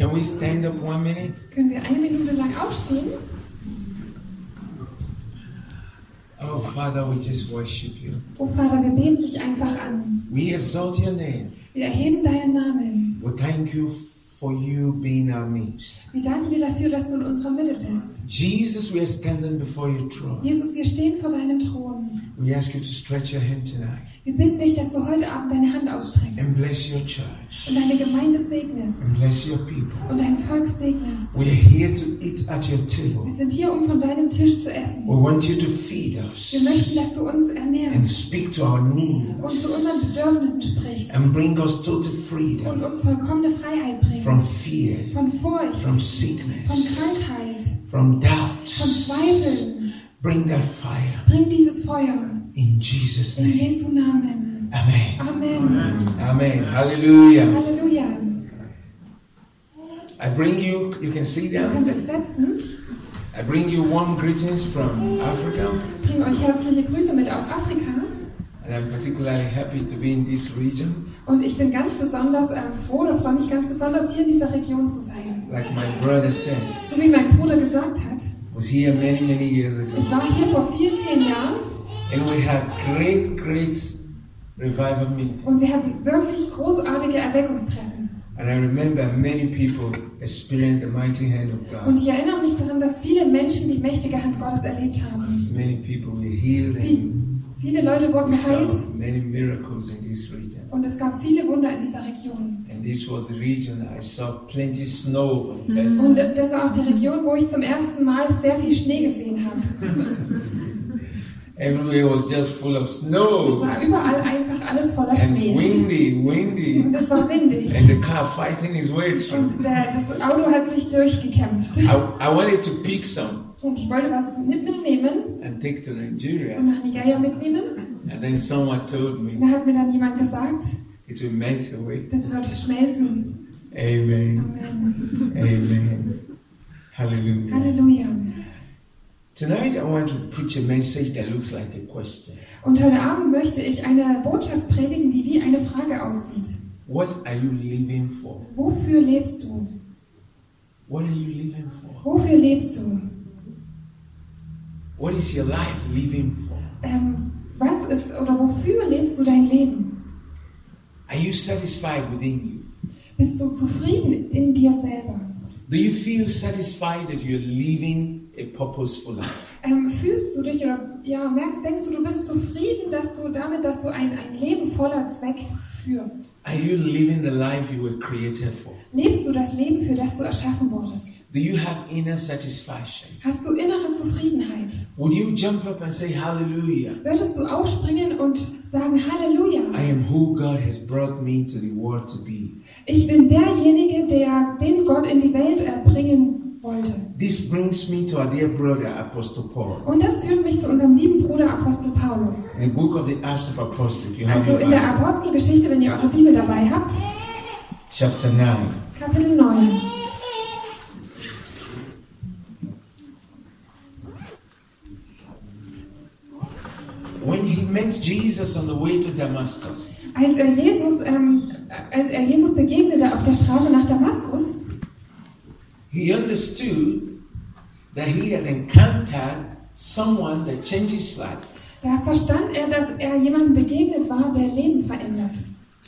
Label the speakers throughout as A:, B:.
A: Can we stand up one minute?
B: Können wir eine Minute lang aufstehen?
A: Oh, Father, we just worship you.
B: Oh Vater, wir beten dich einfach an.
A: We exalt your name.
B: Wir erheben deinen Namen.
A: We thank you for you being in our midst.
B: Wir danken dir dafür, dass du in unserer Mitte bist.
A: Jesus, we are standing before your throne.
B: Jesus, wir stehen vor deinem Thron.
A: We ask you to stretch your hand tonight
B: Wir bitten dich, dass du heute Abend deine Hand
A: and
B: ausstreckst
A: bless your church
B: und deine Gemeinde segnest
A: and bless your people.
B: und dein Volk segnest.
A: We are here to eat at your table.
B: Wir sind hier, um von deinem Tisch zu essen.
A: We want you to feed us
B: Wir möchten, dass du uns
A: and
B: ernährst
A: speak to our
B: und zu
A: needs
B: unseren Bedürfnissen sprichst
A: and bring us total
B: und
A: freedom
B: uns vollkommene Freiheit
A: from
B: bringst.
A: fear,
B: Von Furcht,
A: from
B: von
A: sickness,
B: Krankheit,
A: from
B: von
A: doubt.
B: Zweifeln.
A: Bring that fire
B: Bring dieses Feuer
A: in Jesus'
B: in
A: name.
B: Jesu Namen.
A: Amen.
B: Amen.
A: Amen. Hallelujah.
B: Halleluja.
A: I bring you, you can sit
B: Ihr
A: down.
B: könnt euch setzen.
A: I bring you warm greetings from Africa.
B: Bringe euch herzliche Grüße mit aus Afrika.
A: And I'm particularly happy to be in this region.
B: Und ich bin ganz besonders äh, froh und freue mich ganz besonders, hier in dieser Region zu sein.
A: Like my brother said,
B: So wie mein Bruder gesagt hat,
A: was here many, many years ago.
B: ich war hier vor vielen, vielen Jahren
A: And we had great, great revival meeting.
B: und wir hatten wirklich großartige Erweckungstreffen.
A: And I remember many people experienced the mighty hand of
B: Und
A: God.
B: ich erinnere mich daran, dass viele Menschen die mächtige Hand Gottes erlebt haben.
A: Many people were healed
B: Wie-
A: and
B: Viele Leute wurden
A: we saw
B: geheilt
A: many miracles in this region.
B: und es gab viele Wunder in dieser Region.
A: And this was the region I saw plenty snow for the first
B: Und das war auch die Region, wo ich zum ersten Mal sehr viel Schnee gesehen habe.
A: Everywhere was just full of
B: Es
A: snow
B: war überall einfach alles voller
A: and
B: Schnee.
A: windy, windy,
B: Und es war windig.
A: and the car fighting its way through.
B: Und der, das Auto hat sich durchgekämpft.
A: I, I wanted to pick some
B: Und ich wollte was mit mitnehmen
A: and take to
B: und
A: Nigeria,
B: nach Nigeria mitnehmen.
A: and then someone told
B: Und
A: me
B: da hat mir dann jemand gesagt,
A: it will melt away.
B: das wird schmelzen.
A: Amen.
B: Amen.
A: Amen. Hallelujah.
B: Halleluja.
A: Tonight I want to preach a message that looks like a question.
B: Und heute Abend möchte ich eine Botschaft predigen, die wie eine Frage aussieht.
A: What are you living for?
B: Wofür lebst du?
A: What are you living for?
B: Wofür lebst du?
A: What is your life living for?
B: Ähm, was ist oder wofür lebst du dein Leben?
A: Are you satisfied within you?
B: Bist du zufrieden in dir selber?
A: Do you feel satisfied that you're living a purposeful life?
B: Ähm, fühlst du dich oder ja, merkst, denkst du, du bist zufrieden dass du damit, dass du ein, ein Leben voller Zweck führst?
A: Are you living the life you were created for?
B: Lebst du das Leben, für das du erschaffen wurdest?
A: Do you have inner satisfaction?
B: Hast du innere Zufriedenheit?
A: Would you jump up and say, Hallelujah?
B: Würdest du aufspringen und sagen,
A: I
B: Halleluja,
A: am who God has brought me to the world to be.
B: ich bin derjenige, der den Gott in die Welt äh, bringen wollte.
A: This brings me to our dear brother, Apostle Paul.
B: Und das führt mich zu unserem lieben Bruder Apostel Paulus.
A: In the book of the Acts of Apostles, if you have
B: Also
A: your
B: in der
A: Bible,
B: Apostelgeschichte, wenn ihr eure Bibel dabei habt,
A: chapter 9.
B: Kapitel 9.
A: When he met Jesus on the way to Damascus,
B: Als er Jesus, ähm, als er Jesus begegnete auf der Straße nach Damaskus,
A: he understood that he had encountered someone that changed his life.
B: da verstand er, dass er jemandem begegnet war, der Leben verändert.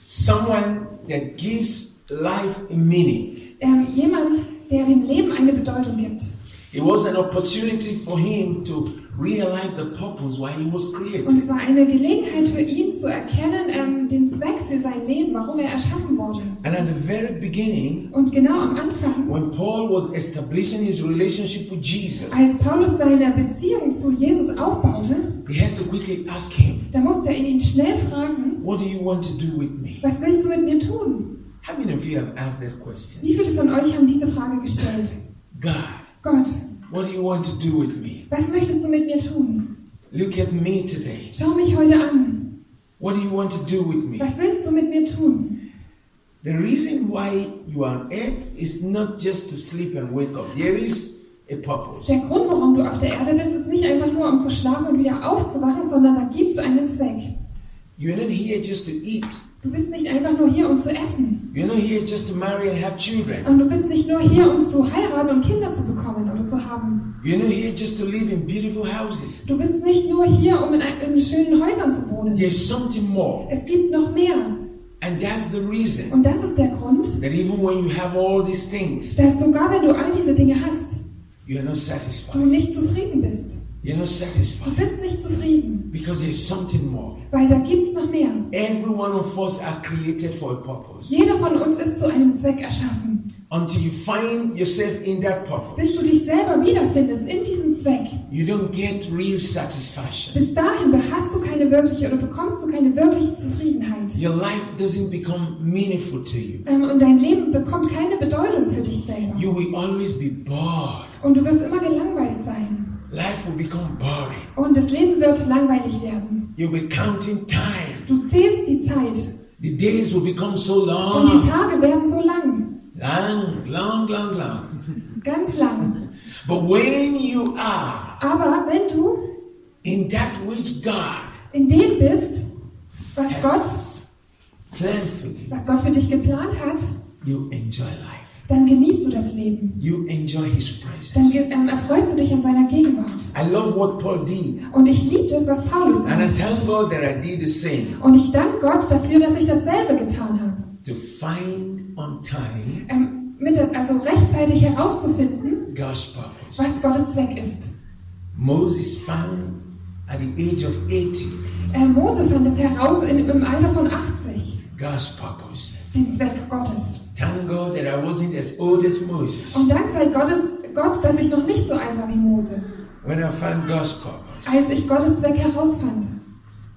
A: Someone that gives life a meaning.
B: Ähm, jemand, der dem Leben eine Bedeutung gibt.
A: It was an opportunity for him to realize the purpose why he was
B: Und
A: created.
B: es war eine Gelegenheit für ihn zu erkennen, ähm, den Zweck für sein Leben, warum er erschaffen wurde.
A: And at the very beginning,
B: Und genau am Anfang,
A: when Paul was establishing his relationship with Jesus,
B: als Paulus seine Beziehung zu Jesus aufbaute,
A: he had to quickly ask him,
B: da musste er ihn schnell fragen,
A: What do you want to do with me?
B: was willst du mit mir tun?
A: How many of you have asked that question?
B: Wie viele von euch haben diese Frage gestellt?
A: God,
B: Gott,
A: what do you want to do with me?
B: was möchtest du mit mir tun?
A: Look at me today.
B: Schau mich heute an.
A: What do you want to do with me?
B: Was willst du mit mir tun?
A: The reason why you are on earth is not just to sleep and wake up. There is a purpose.
B: Der Grund, warum du auf der Erde bist, ist nicht einfach nur, um zu schlafen und wieder aufzuwachen, sondern da gibt es einen Zweck.
A: You're not here just to eat
B: Du bist nicht einfach nur hier, um zu essen.
A: You're not here just to marry and have children.
B: Und du bist nicht nur hier, um zu heiraten und Kinder zu bekommen oder zu haben.
A: You're not here just to live in beautiful houses.
B: Du bist nicht nur hier, um in, ein- in schönen Häusern zu wohnen.
A: There's something more.
B: Es gibt noch mehr.
A: And that's the reason
B: Und das ist der Grund,
A: that even when you have all these things,
B: dass sogar wenn du all diese Dinge hast,
A: you are not
B: du
A: satisfied.
B: nicht zufrieden bist.
A: You're not
B: Du
A: satisfied
B: bist nicht zufrieden,
A: because there's something more.
B: weil da gibt's noch mehr.
A: Every one of us are created for a purpose.
B: Jeder von uns ist zu einem Zweck erschaffen.
A: Until you find yourself in that
B: Bis du
A: purpose,
B: dich selber wiederfindest in diesem Zweck,
A: you don't get real satisfaction.
B: bis dahin hast du keine wirkliche oder bekommst du keine wirkliche Zufriedenheit.
A: Your life doesn't become meaningful to you.
B: Ähm, Und dein Leben bekommt keine Bedeutung für dich selber.
A: You will always be bored.
B: Und du wirst immer gelangweilt sein.
A: Life will become boring.
B: Und das Leben wird langweilig werden.
A: You'll be counting time.
B: Du zählst die Zeit
A: The days will become so
B: und die
A: long.
B: Tage werden so lang,
A: Long, long, long, long.
B: ganz lang.
A: But when you are
B: Aber wenn du
A: in that which God
B: in dem bist, was Gott,
A: planned for you,
B: was Gott für dich geplant hat,
A: you enjoy life.
B: dann genießt du das Leben.
A: You enjoy His
B: Dann
A: presence.
B: ge- ähm, erfreust du dich an seiner Gegenwart.
A: I love what Paul did.
B: Und ich liebe das, was Paulus
A: And I
B: sagt.
A: thank God that I did the same.
B: Und ich danke Gott dafür, dass ich dasselbe getan habe.
A: To find on time
B: Ähm, mit, der- also rechtzeitig herauszufinden,
A: God's purpose.
B: was Gottes Zweck ist.
A: Moses found at the age of 80
B: Äh, Mose fand es heraus in, im Alter von 80,
A: God's purpose.
B: den Zweck Gottes.
A: Thank God that I wasn't as old as Moses
B: Und dank sei Gottes, Gott, dass ich noch nicht so alt war wie Mose,
A: when I found God's purpose.
B: als ich Gottes Zweck herausfand.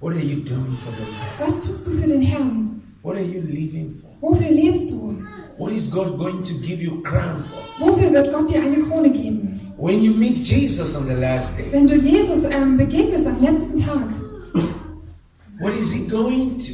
A: What are you doing for the Lord?
B: Was tust du für den Herrn?
A: What are you living for?
B: Wofür lebst du?
A: What is God going to give you crown for?
B: Wofür wird Gott dir eine Krone geben?
A: When you meet Jesus on the last day,
B: Wenn du Jesus ähm, begegnest am letzten Tag,
A: what is he going to?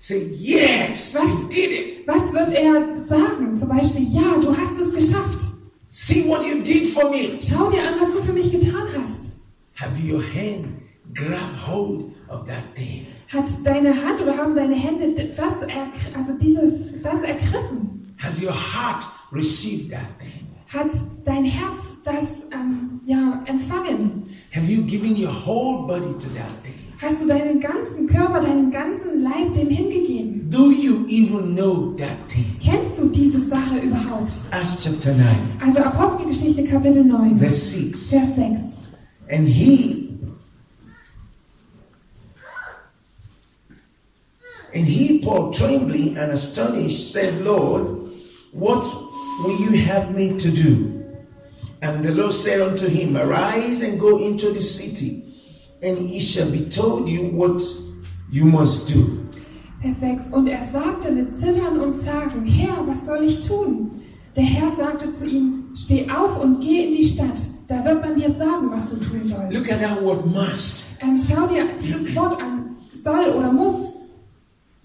A: Say, yes,
B: Was?
A: you did it.
B: was wird er sagen? Zum Beispiel, ja, du hast es geschafft.
A: See what you did for me.
B: Schau dir an, was du für mich getan hast.
A: Have your hand grab hold of that thing.
B: Hat deine Hand oder haben deine Hände d- das, ergr- also dieses, das ergriffen?
A: Has your heart received that thing?
B: hat dein Herz das ähm, ja, empfangen?
A: Have you given your whole body to that thing?
B: Hast du deinen ganzen Körper, deinen ganzen Leib dem hingegeben?
A: Do you even know that thing?
B: Kennst du diese Sache überhaupt?
A: Acts chapter 9,
B: Also Apostelgeschichte Kapitel 9,
A: verse 6.
B: Vers 6.
A: And he and he Paul trembling and astonished said, Lord, what will you have me to do? And the Lord said unto him, Arise and go into the city, and it shall be told you what you must do.
B: Vers 6. Und er sagte mit Zittern und Zagen, Herr, was soll ich tun? Der Herr sagte zu ihm, steh auf und geh in die Stadt. Da wird man dir sagen, was du tun sollst.
A: Look at that word must.
B: Ähm, schau dir dieses Wort an. Soll oder muss.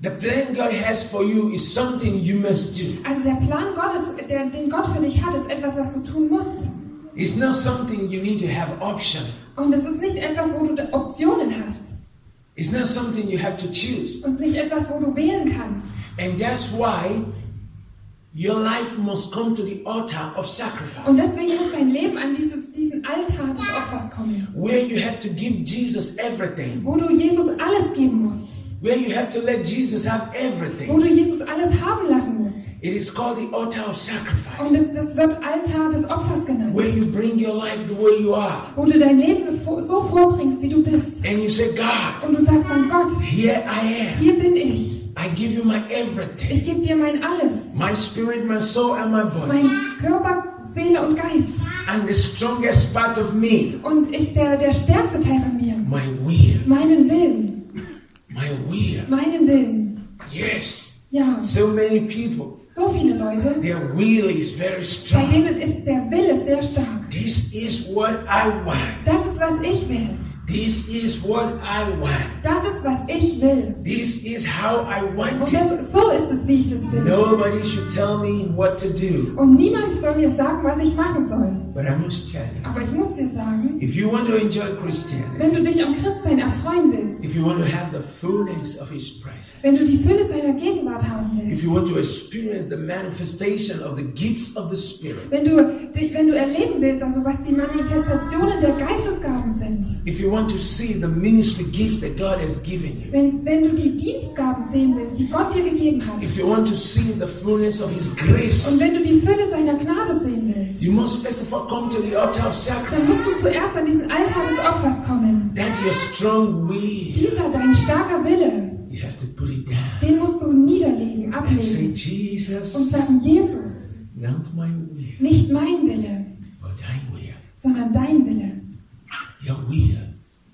A: The plan God has for you is something you must do.
B: Also der Plan Gottes, der, den Gott für dich hat, ist etwas, was du tun musst.
A: It's not something you need to have option.
B: Und es ist nicht etwas, wo du Optionen hast.
A: It's not something you have to choose.
B: Es ist nicht etwas, wo du wählen kannst.
A: And that's why your life must come to the altar of
B: Und
A: sacrifice,
B: deswegen muss dein Leben an dieses, diesen Altar des Opfers kommen.
A: where you have to give Jesus everything,
B: Wo du Jesus alles geben musst.
A: where you have to let Jesus have
B: Wo
A: everything.
B: du Jesus alles haben lassen musst.
A: It is called the altar of
B: Und
A: sacrifice,
B: das, das wird Altar des Opfers
A: where
B: genannt.
A: you bring your life the way you are.
B: Wo du dein Leben vo- so vorbringst, wie du bist.
A: And you say, God,
B: Und du sagst dann Gott,
A: here I am.
B: hier bin ich.
A: I give you my everything
B: Ich gebe dir mein Alles.
A: my spirit, my soul, and my body.
B: Mein Körper, Seele und Geist.
A: And the strongest part of me,
B: Und ich, der, der stärkste Teil von mir.
A: my will.
B: Meinen Willen.
A: My will.
B: Meinen Willen.
A: Yes.
B: Ja.
A: So many people,
B: So viele Leute,
A: their will is very
B: bei
A: strong.
B: denen ist der Wille sehr stark.
A: This is what I want.
B: Das ist, was ich will.
A: This is what I want.
B: Das ist, was ich will.
A: This is how I want it.
B: Und das, so ist es, wie ich das will.
A: Nobody should tell me what to do.
B: Und niemand soll mir sagen, was ich machen soll.
A: But I must tell you
B: Aber ich muss dir sagen,
A: if you want to enjoy Christianity,
B: wenn du dich am Christsein erfreuen willst,
A: if you want to have the fullness of His presence,
B: wenn du die Fülle seiner Gegenwart haben
A: if
B: willst,
A: you want to experience the manifestation of the gifts of the Spirit,
B: wenn du, dich, wenn du erleben willst, also was die Manifestationen der Geistesgaben sind,
A: if you want to see the ministry gifts that God has given you,
B: wenn, wenn du die Dienstgaben sehen willst, die Gott dir gegeben hat,
A: if you want to see the fullness of His
B: und
A: grace,
B: wenn du die Fülle seiner Gnade sehen willst,
A: you must first of all come to the altar of
B: dann musst du
A: sacrifice.
B: zuerst an diesen Altar des Opfers kommen.
A: That's your strong will.
B: Dieser dein starker Wille,
A: You have to put it down
B: den musst du niederlegen,
A: and say,
B: ablegen und
A: Jesus,
B: sagen, Jesus,
A: not my will,
B: nicht mein Wille,
A: but thine will.
B: sondern dein Wille,
A: Your will.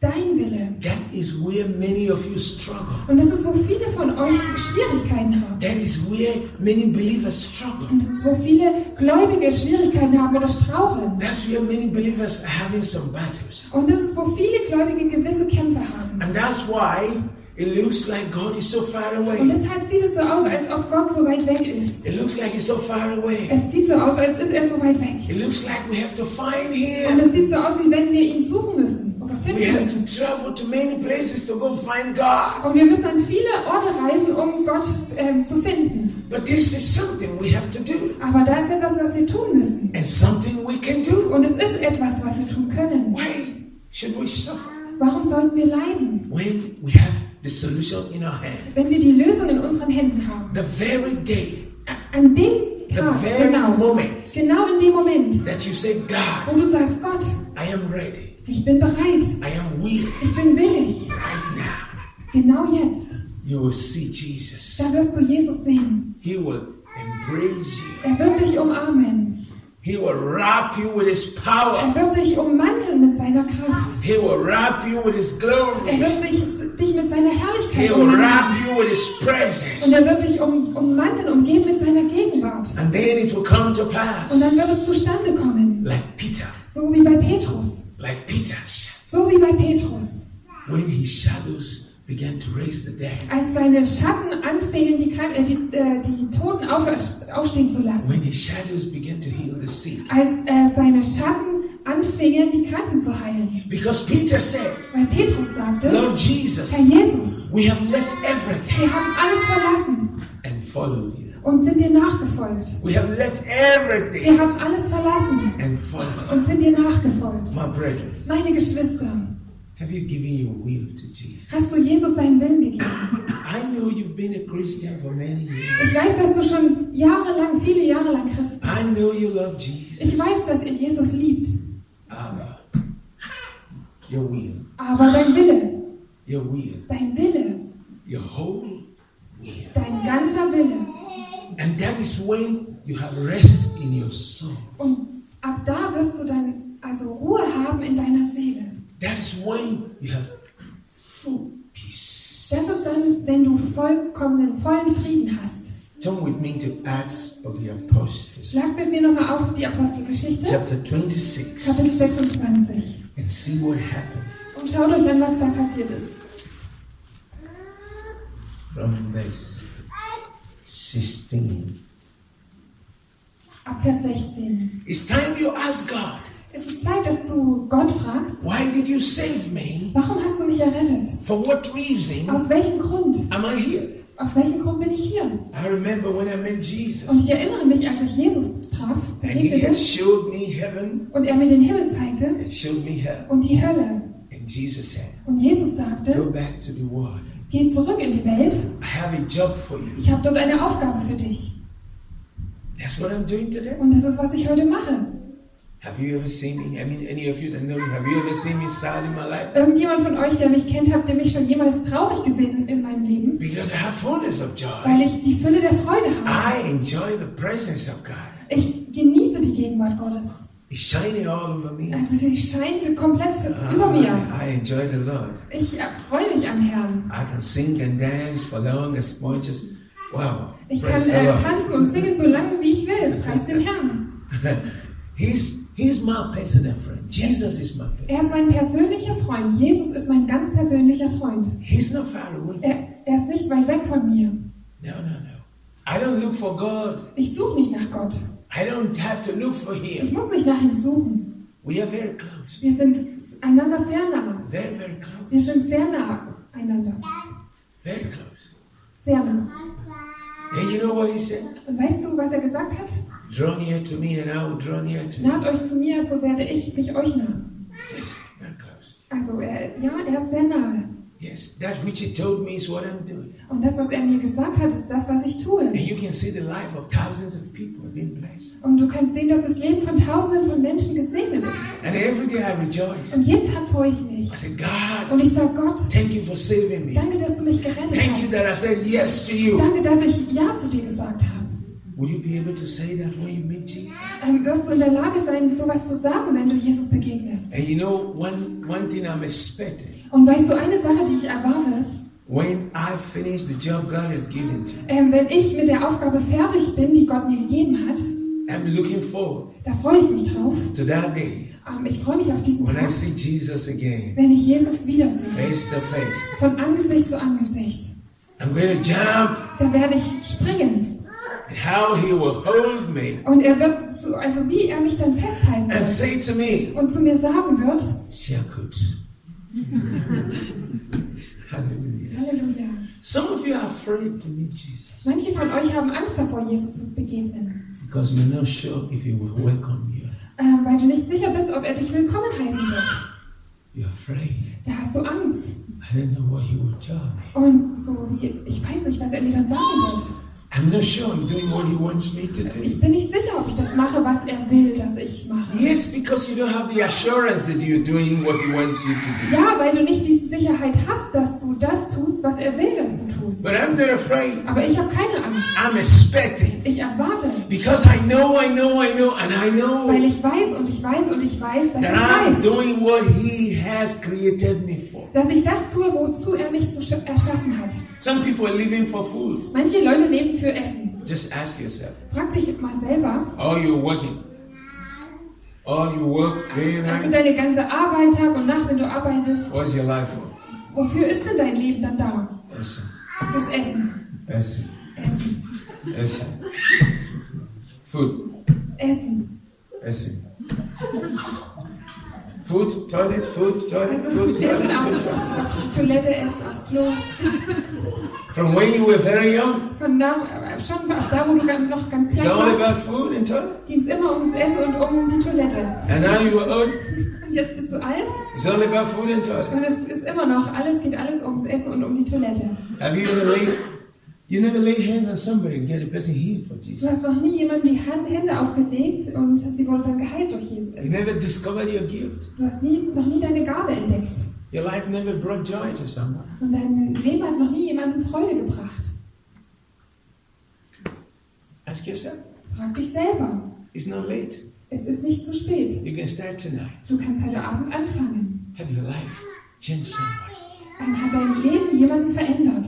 B: dein Wille.
A: That is where many of you struggle.
B: Und das ist, wo viele von euch Schwierigkeiten haben.
A: That is where many believers struggle.
B: Und das ist, wo viele Gläubige Schwierigkeiten haben oder straucheln.
A: That's where many believers are having some battles.
B: Und das ist, wo viele Gläubige gewisse Kämpfe haben.
A: And that's why it looks like God is so far
B: Und
A: away.
B: deshalb sieht es so aus, als ob Gott so weit weg ist.
A: It looks like He's so far away.
B: Es sieht so aus, als ist er so weit weg.
A: It looks like we have to find Him.
B: Und es sieht so aus, wie wenn wir ihn suchen müssen oder
A: We
B: finden
A: have
B: müssen.
A: to travel to many places to go find God.
B: Und wir müssen an viele Orte reisen, um Gott ähm, zu finden.
A: But this is something we have to do.
B: Aber da ist etwas, was wir tun müssen.
A: And something we can do.
B: Und es ist etwas, was wir tun können.
A: Why should we suffer
B: Warum sollten wir leiden,
A: when we have the solution in our hand?
B: wenn wir die Lösung in unseren Händen haben?
A: The very day,
B: A- An dem
A: the
B: Tag,
A: very
B: genau,
A: moment
B: genau in dem Moment,
A: that you say, God,
B: wo du sagst, Gott,
A: I am ready.
B: ich bin bereit,
A: I am willing
B: ich bin willig,
A: right now.
B: genau jetzt,
A: You will see Jesus.
B: da wirst du Jesus sehen.
A: He will embrace you.
B: Er wird dich umarmen.
A: He will wrap you with His power.
B: Er wird dich ummanteln mit seiner Kraft.
A: He will wrap you with His glory.
B: Er wird sich, dich mit seiner Herrlichkeit
A: He will
B: ummanteln.
A: wrap you with His
B: Und
A: presence.
B: er wird dich um, ummanteln, umgeben mit seiner Gegenwart.
A: And then it will come to
B: Und dann wird
A: pass.
B: es zustande kommen.
A: Like Peter,
B: So wie bei Petrus.
A: like Peter,
B: So wie bei Petrus.
A: when his shadows began to raise the dead,
B: Als seine Schatten anfingen, die, Krank- äh, die, äh, die Toten auf, aufstehen zu lassen.
A: when his shadows began to heal the sick.
B: Als äh, seine Schatten anfingen, die Kranken zu heilen.
A: Because Peter said,
B: Weil Petrus sagte,
A: Lord Jesus,
B: Herr Jesus,
A: we have left everything
B: wir haben alles verlassen
A: and followed you.
B: und sind dir nachgefolgt.
A: We have left everything
B: Wir haben alles verlassen
A: and followed.
B: und sind dir nachgefolgt.
A: My brethren,
B: Meine Geschwister,
A: have you given your will to Jesus?
B: hast du Jesus deinen Willen gegeben?
A: I know you've been a Christian for many years.
B: Ich weiß, dass du schon jahrelang, viele Jahre lang Christ
A: I
B: bist.
A: know you love Jesus.
B: Ich weiß, dass ihr Jesus liebt.
A: Aber your will,
B: Aber dein Wille,
A: your will,
B: dein Wille,
A: your whole will.
B: dein ganzer Wille.
A: And that is when you have rest in your soul.
B: Und ab da wirst du dann also Ruhe haben in deiner Seele.
A: That's when you have full peace.
B: Das ist dann, wenn du vollkommenen, vollen Frieden hast.
A: Turn with me to Acts of the Apostles,
B: Schlag mit mir nochmal auf die Apostelgeschichte,
A: chapter
B: Kapitel
A: 26,
B: 26.
A: and see what happened
B: Und schaut euch an, was da passiert ist.
A: from verse 16.
B: Ab Vers 16.
A: It's time you ask God,
B: Es ist Zeit, dass du Gott fragst,
A: why did you save me?
B: warum hast du mich errettet?
A: For what reason
B: Aus welchem Grund?
A: am I here?
B: Aus welchem Grund bin ich hier?
A: I remember when I met Jesus,
B: Und ich erinnere mich, als ich Jesus traf,
A: and he had
B: begegnete
A: showed me heaven
B: und er mir den Himmel zeigte
A: and showed me hell.
B: und die Hölle.
A: And Jesus said,
B: Und Jesus
A: Go
B: sagte,
A: back to the world.
B: geh zurück in die Welt,
A: I have a job for you.
B: ich habe dort eine Aufgabe für dich.
A: That's what I'm doing today.
B: Und das ist, was ich heute mache.
A: Have you ever seen me? I mean, any of you that know me, have you ever seen me sad in my life?
B: Irgendjemand von euch, der mich kennt, habt ihr mich schon jemals traurig gesehen in meinem Leben?
A: Because I have fullness of
B: Weil
A: joy.
B: ich die Fülle der Freude habe.
A: I enjoy the presence of God.
B: Ich genieße die Gegenwart Gottes.
A: It's shining all over me. Oh,
B: Also sie scheint komplett
A: Ah.
B: über mir.
A: I, I enjoy the Lord.
B: Ich freue mich am Herrn.
A: I can sing and dance for long as much as. Wow.
B: Ich
A: Praise
B: kann
A: the
B: äh,
A: Lord.
B: tanzen und singen so lange, wie ich will. Preis dem Herrn.
A: His, his is my personal friend. Jesus is my person.
B: Er ist mein persönlicher Freund. Jesus ist mein ganz persönlicher Freund.
A: He's not far away.
B: Er, er ist nicht weit weg von mir.
A: No, no, no. I don't look for God.
B: Ich suche nicht nach Gott.
A: I don't have to look for
B: Ich
A: Him.
B: muss nicht nach ihm suchen.
A: We are very close.
B: Wir sind einander sehr nah.
A: Very, very close.
B: Wir sind sehr nah einander.
A: Very close.
B: Sehr nah.
A: And you know what he said?
B: Und weißt du, was er gesagt hat?
A: Draw near to me and I will draw near to you.
B: Naht euch zu mir, so werde ich mich euch nah.
A: Yes, very close.
B: Also, er, ja, er ist sehr nahe.
A: Yes, that which he told me is what I'm doing.
B: Und das, was er mir gesagt hat, ist das, was ich tue.
A: And you can see the life of thousands of people being blessed.
B: Und du kannst sehen, dass das Leben von Tausenden von Menschen gesegnet ist.
A: And every day I rejoice.
B: Und jeden Tag freue ich mich.
A: I say, God,
B: Und ich sage Gott,
A: thank you for saving me.
B: danke, dass du mich gerettet
A: Thank you
B: hast.
A: that I said yes to you.
B: Danke, dass ich Ja zu dir gesagt habe.
A: Will you be able to say that when you meet Jesus?
B: Ähm, wirst du in der Lage sein, sowas zu sagen, wenn du Jesus begegnest?
A: And you know, one, one thing I'm expecting.
B: Und weißt du, eine Sache, die ich erwarte,
A: When I finish the job God has given to me,
B: ähm, wenn ich mit der Aufgabe fertig bin, die Gott mir gegeben hat,
A: I'm looking forward
B: da freue ich mich drauf.
A: to that day
B: Ähm, ich freue mich auf diesen
A: when I
B: Tag,
A: see Jesus again,
B: wenn ich Jesus wiedersehe.
A: face to face.
B: Von Angesicht zu Angesicht.
A: I'm going to jump
B: Da werde ich springen.
A: and how he will hold me
B: Und er wird, so, also wie er mich dann festhalten
A: and
B: wird
A: say to me,
B: und zu mir sagen wird,
A: Shakut. Hallelujah.
B: Halleluja.
A: Some of you are afraid to meet Jesus
B: Manche von euch haben Angst davor, Jesus zu begegnen,
A: because you're not sure if he will welcome you.
B: ähm, weil du nicht sicher bist, ob er dich willkommen heißen wird.
A: You're afraid.
B: Da hast du Angst.
A: I don't know what he will tell me.
B: Und so wie, ich weiß nicht, was er mir dann sagen wird.
A: I'm not sure I'm doing what he wants me to do.
B: Ich bin nicht sicher, ob ich das mache, was er will, dass ich mache.
A: Yes, because you don't have the assurance that you're doing what he wants you to do.
B: Ja, weil du nicht diese Sicherheit hast, dass du das tust, was er will, dass du tust.
A: But I'm not afraid.
B: Aber ich habe keine Angst.
A: I'm expecting.
B: Ich erwarte,
A: Because I know, I know, I know, and I
B: weil
A: know
B: ich weiß und ich weiß und ich weiß, dass
A: that I'm
B: ich weiß.
A: doing what he has created me for.
B: dass ich das tue, wozu er mich zu sch- erschaffen hat.
A: Some people are living for food.
B: Manche Leute leben für Essen.
A: Just ask yourself.
B: Frag dich mal selber.
A: All you're working. All you work day and
B: Hast du
A: night.
B: deine ganze Arbeit Tag und Nacht, wenn du arbeitest?
A: What's your life for?
B: Wofür ist denn dein Leben dann da?
A: Person,
B: Fürs Essen.
A: person,
B: Essen.
A: person. Food,
B: Essen.
A: person. Food, toilet, food, toilet,
B: Also
A: food,
B: Essen
A: toilet,
B: auf,
A: food, toilet.
B: auf, auf die Toilette, Essen aufs Klo.
A: From when you were very young,
B: Von da, äh, schon ab da, wo du ganz- noch ganz
A: it's
B: klein
A: all
B: warst,
A: about food and toilet.
B: ging es immer ums Essen und um die Toilette.
A: And now you are old,
B: Und jetzt bist du alt
A: it's all about food and toilet.
B: und es ist immer noch, alles geht alles ums Essen und um die Toilette.
A: Have you ever laid? You never lay hands on somebody and get a person healed for
B: Du
A: Jesus.
B: hast noch nie jemandem die Hand, Hände aufgelegt und sie wurde dann geheilt durch
A: You
B: Jesus.
A: never discovered your gift.
B: Du hast nie, noch nie deine Gabe entdeckt.
A: Your life never brought joy to someone.
B: Und dein Leben hat noch nie jemandem Freude gebracht.
A: Ask yourself.
B: Frag dich selber.
A: It's not late.
B: Es ist nicht zu spät.
A: You can start tonight.
B: Du kannst heute Abend anfangen.
A: Have your life change someone.
B: Dann hat dein Leben jemanden verändert.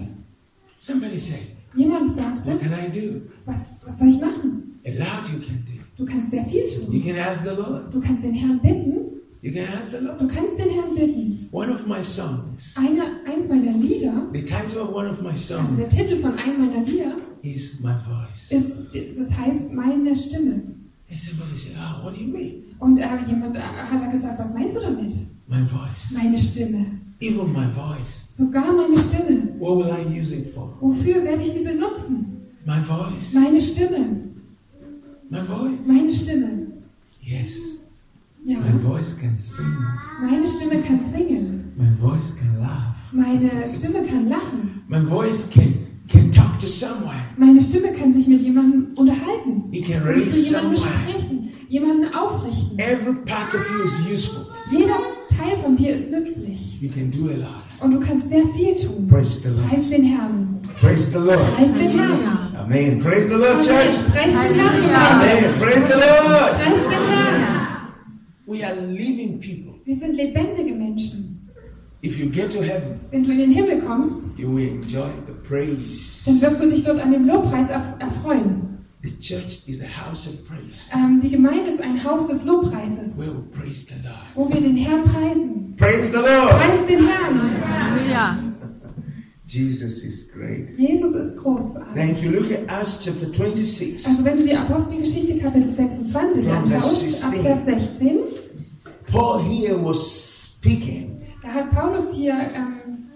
A: Somebody said,
B: Jemand
A: What
B: sagte,
A: can I do?
B: was, was soll ich machen?
A: A lot you can do.
B: Du kannst sehr viel
A: You
B: tun.
A: can ask the Lord.
B: Du kannst den Herrn bitten.
A: You can ask the
B: Du
A: Lord.
B: kannst den Herrn bitten.
A: One of my songs,
B: Eine, eins meiner Lieder,
A: the title of one of my
B: also
A: songs
B: der Titel von einem meiner Lieder,
A: is My Voice.
B: ist, das heißt, meine Stimme.
A: And somebody said, Oh, what do you mean?
B: Und äh, jemand äh, hat dann gesagt, was meinst du damit?
A: My voice.
B: Meine Stimme.
A: Even my voice.
B: Sogar meine Stimme.
A: What will I use it for?
B: Wofür werde ich sie benutzen?
A: My voice.
B: Meine Stimme.
A: My voice.
B: Meine Stimme.
A: Yes.
B: Ja,
A: My voice can sing.
B: meine Stimme kann singen.
A: My voice can laugh.
B: Meine Stimme kann lachen.
A: My voice can can talk to someone.
B: Meine Stimme kann sich mit jemandem unterhalten.
A: It can
B: Zu
A: raise
B: jemandem
A: someone.
B: sprechen. Jemanden aufrichten.
A: Every part of you is useful.
B: Jeder Teil von dir ist nützlich.
A: You can do a lot.
B: Und du kannst sehr viel tun.
A: Praise the Lord.
B: Preis den Herrn.
A: Praise the Lord.
B: Preis den Herrn.
A: Amen. Praise the Lord,
B: Preis
A: church.
B: den Herrn.
A: Amen. Praise the Lord.
B: Preis den Herrn.
A: We are living people.
B: Wir sind lebendige Menschen.
A: If you get to heaven,
B: Wenn du in den Himmel kommst,
A: you will enjoy the praise
B: dann wirst du dich dort an dem Lobpreis erf erfreuen.
A: The church is a house of praise
B: Ähm, die Gemeinde ist ein Haus des Lobpreises,
A: where we praise the Lord.
B: wo wir den Herrn preisen.
A: Praise the Lord!
B: Preist den Herrn!
C: Halleluja.
A: Jesus is great.
B: Jesus ist
A: Now,
B: großartig.
A: if you look at Acts chapter 26,
B: Also wenn du die Apostelgeschichte Kapitel 26
A: Von Vers
B: anschaust, ab
A: 16.
B: Vers 16,
A: Paul here was speaking
B: da hat Paulus hier ähm,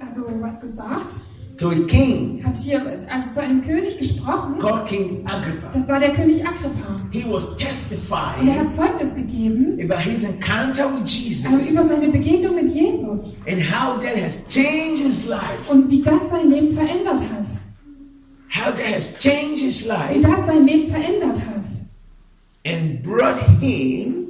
B: also was gesagt,
A: to a king
B: hat hier also zu einem König gesprochen.
A: called King Agrippa.
B: Das war der König Agrippa.
A: He was
B: Und er
A: testifying
B: hat Zeugnis gegeben
A: about his encounter with
B: ähm,
A: Jesus
B: über seine Begegnung mit Jesus
A: and how that has changed his life.
B: und wie das sein Leben verändert hat.
A: How that has changed his
B: Wie
A: life
B: das sein Leben verändert hat.
A: and brought him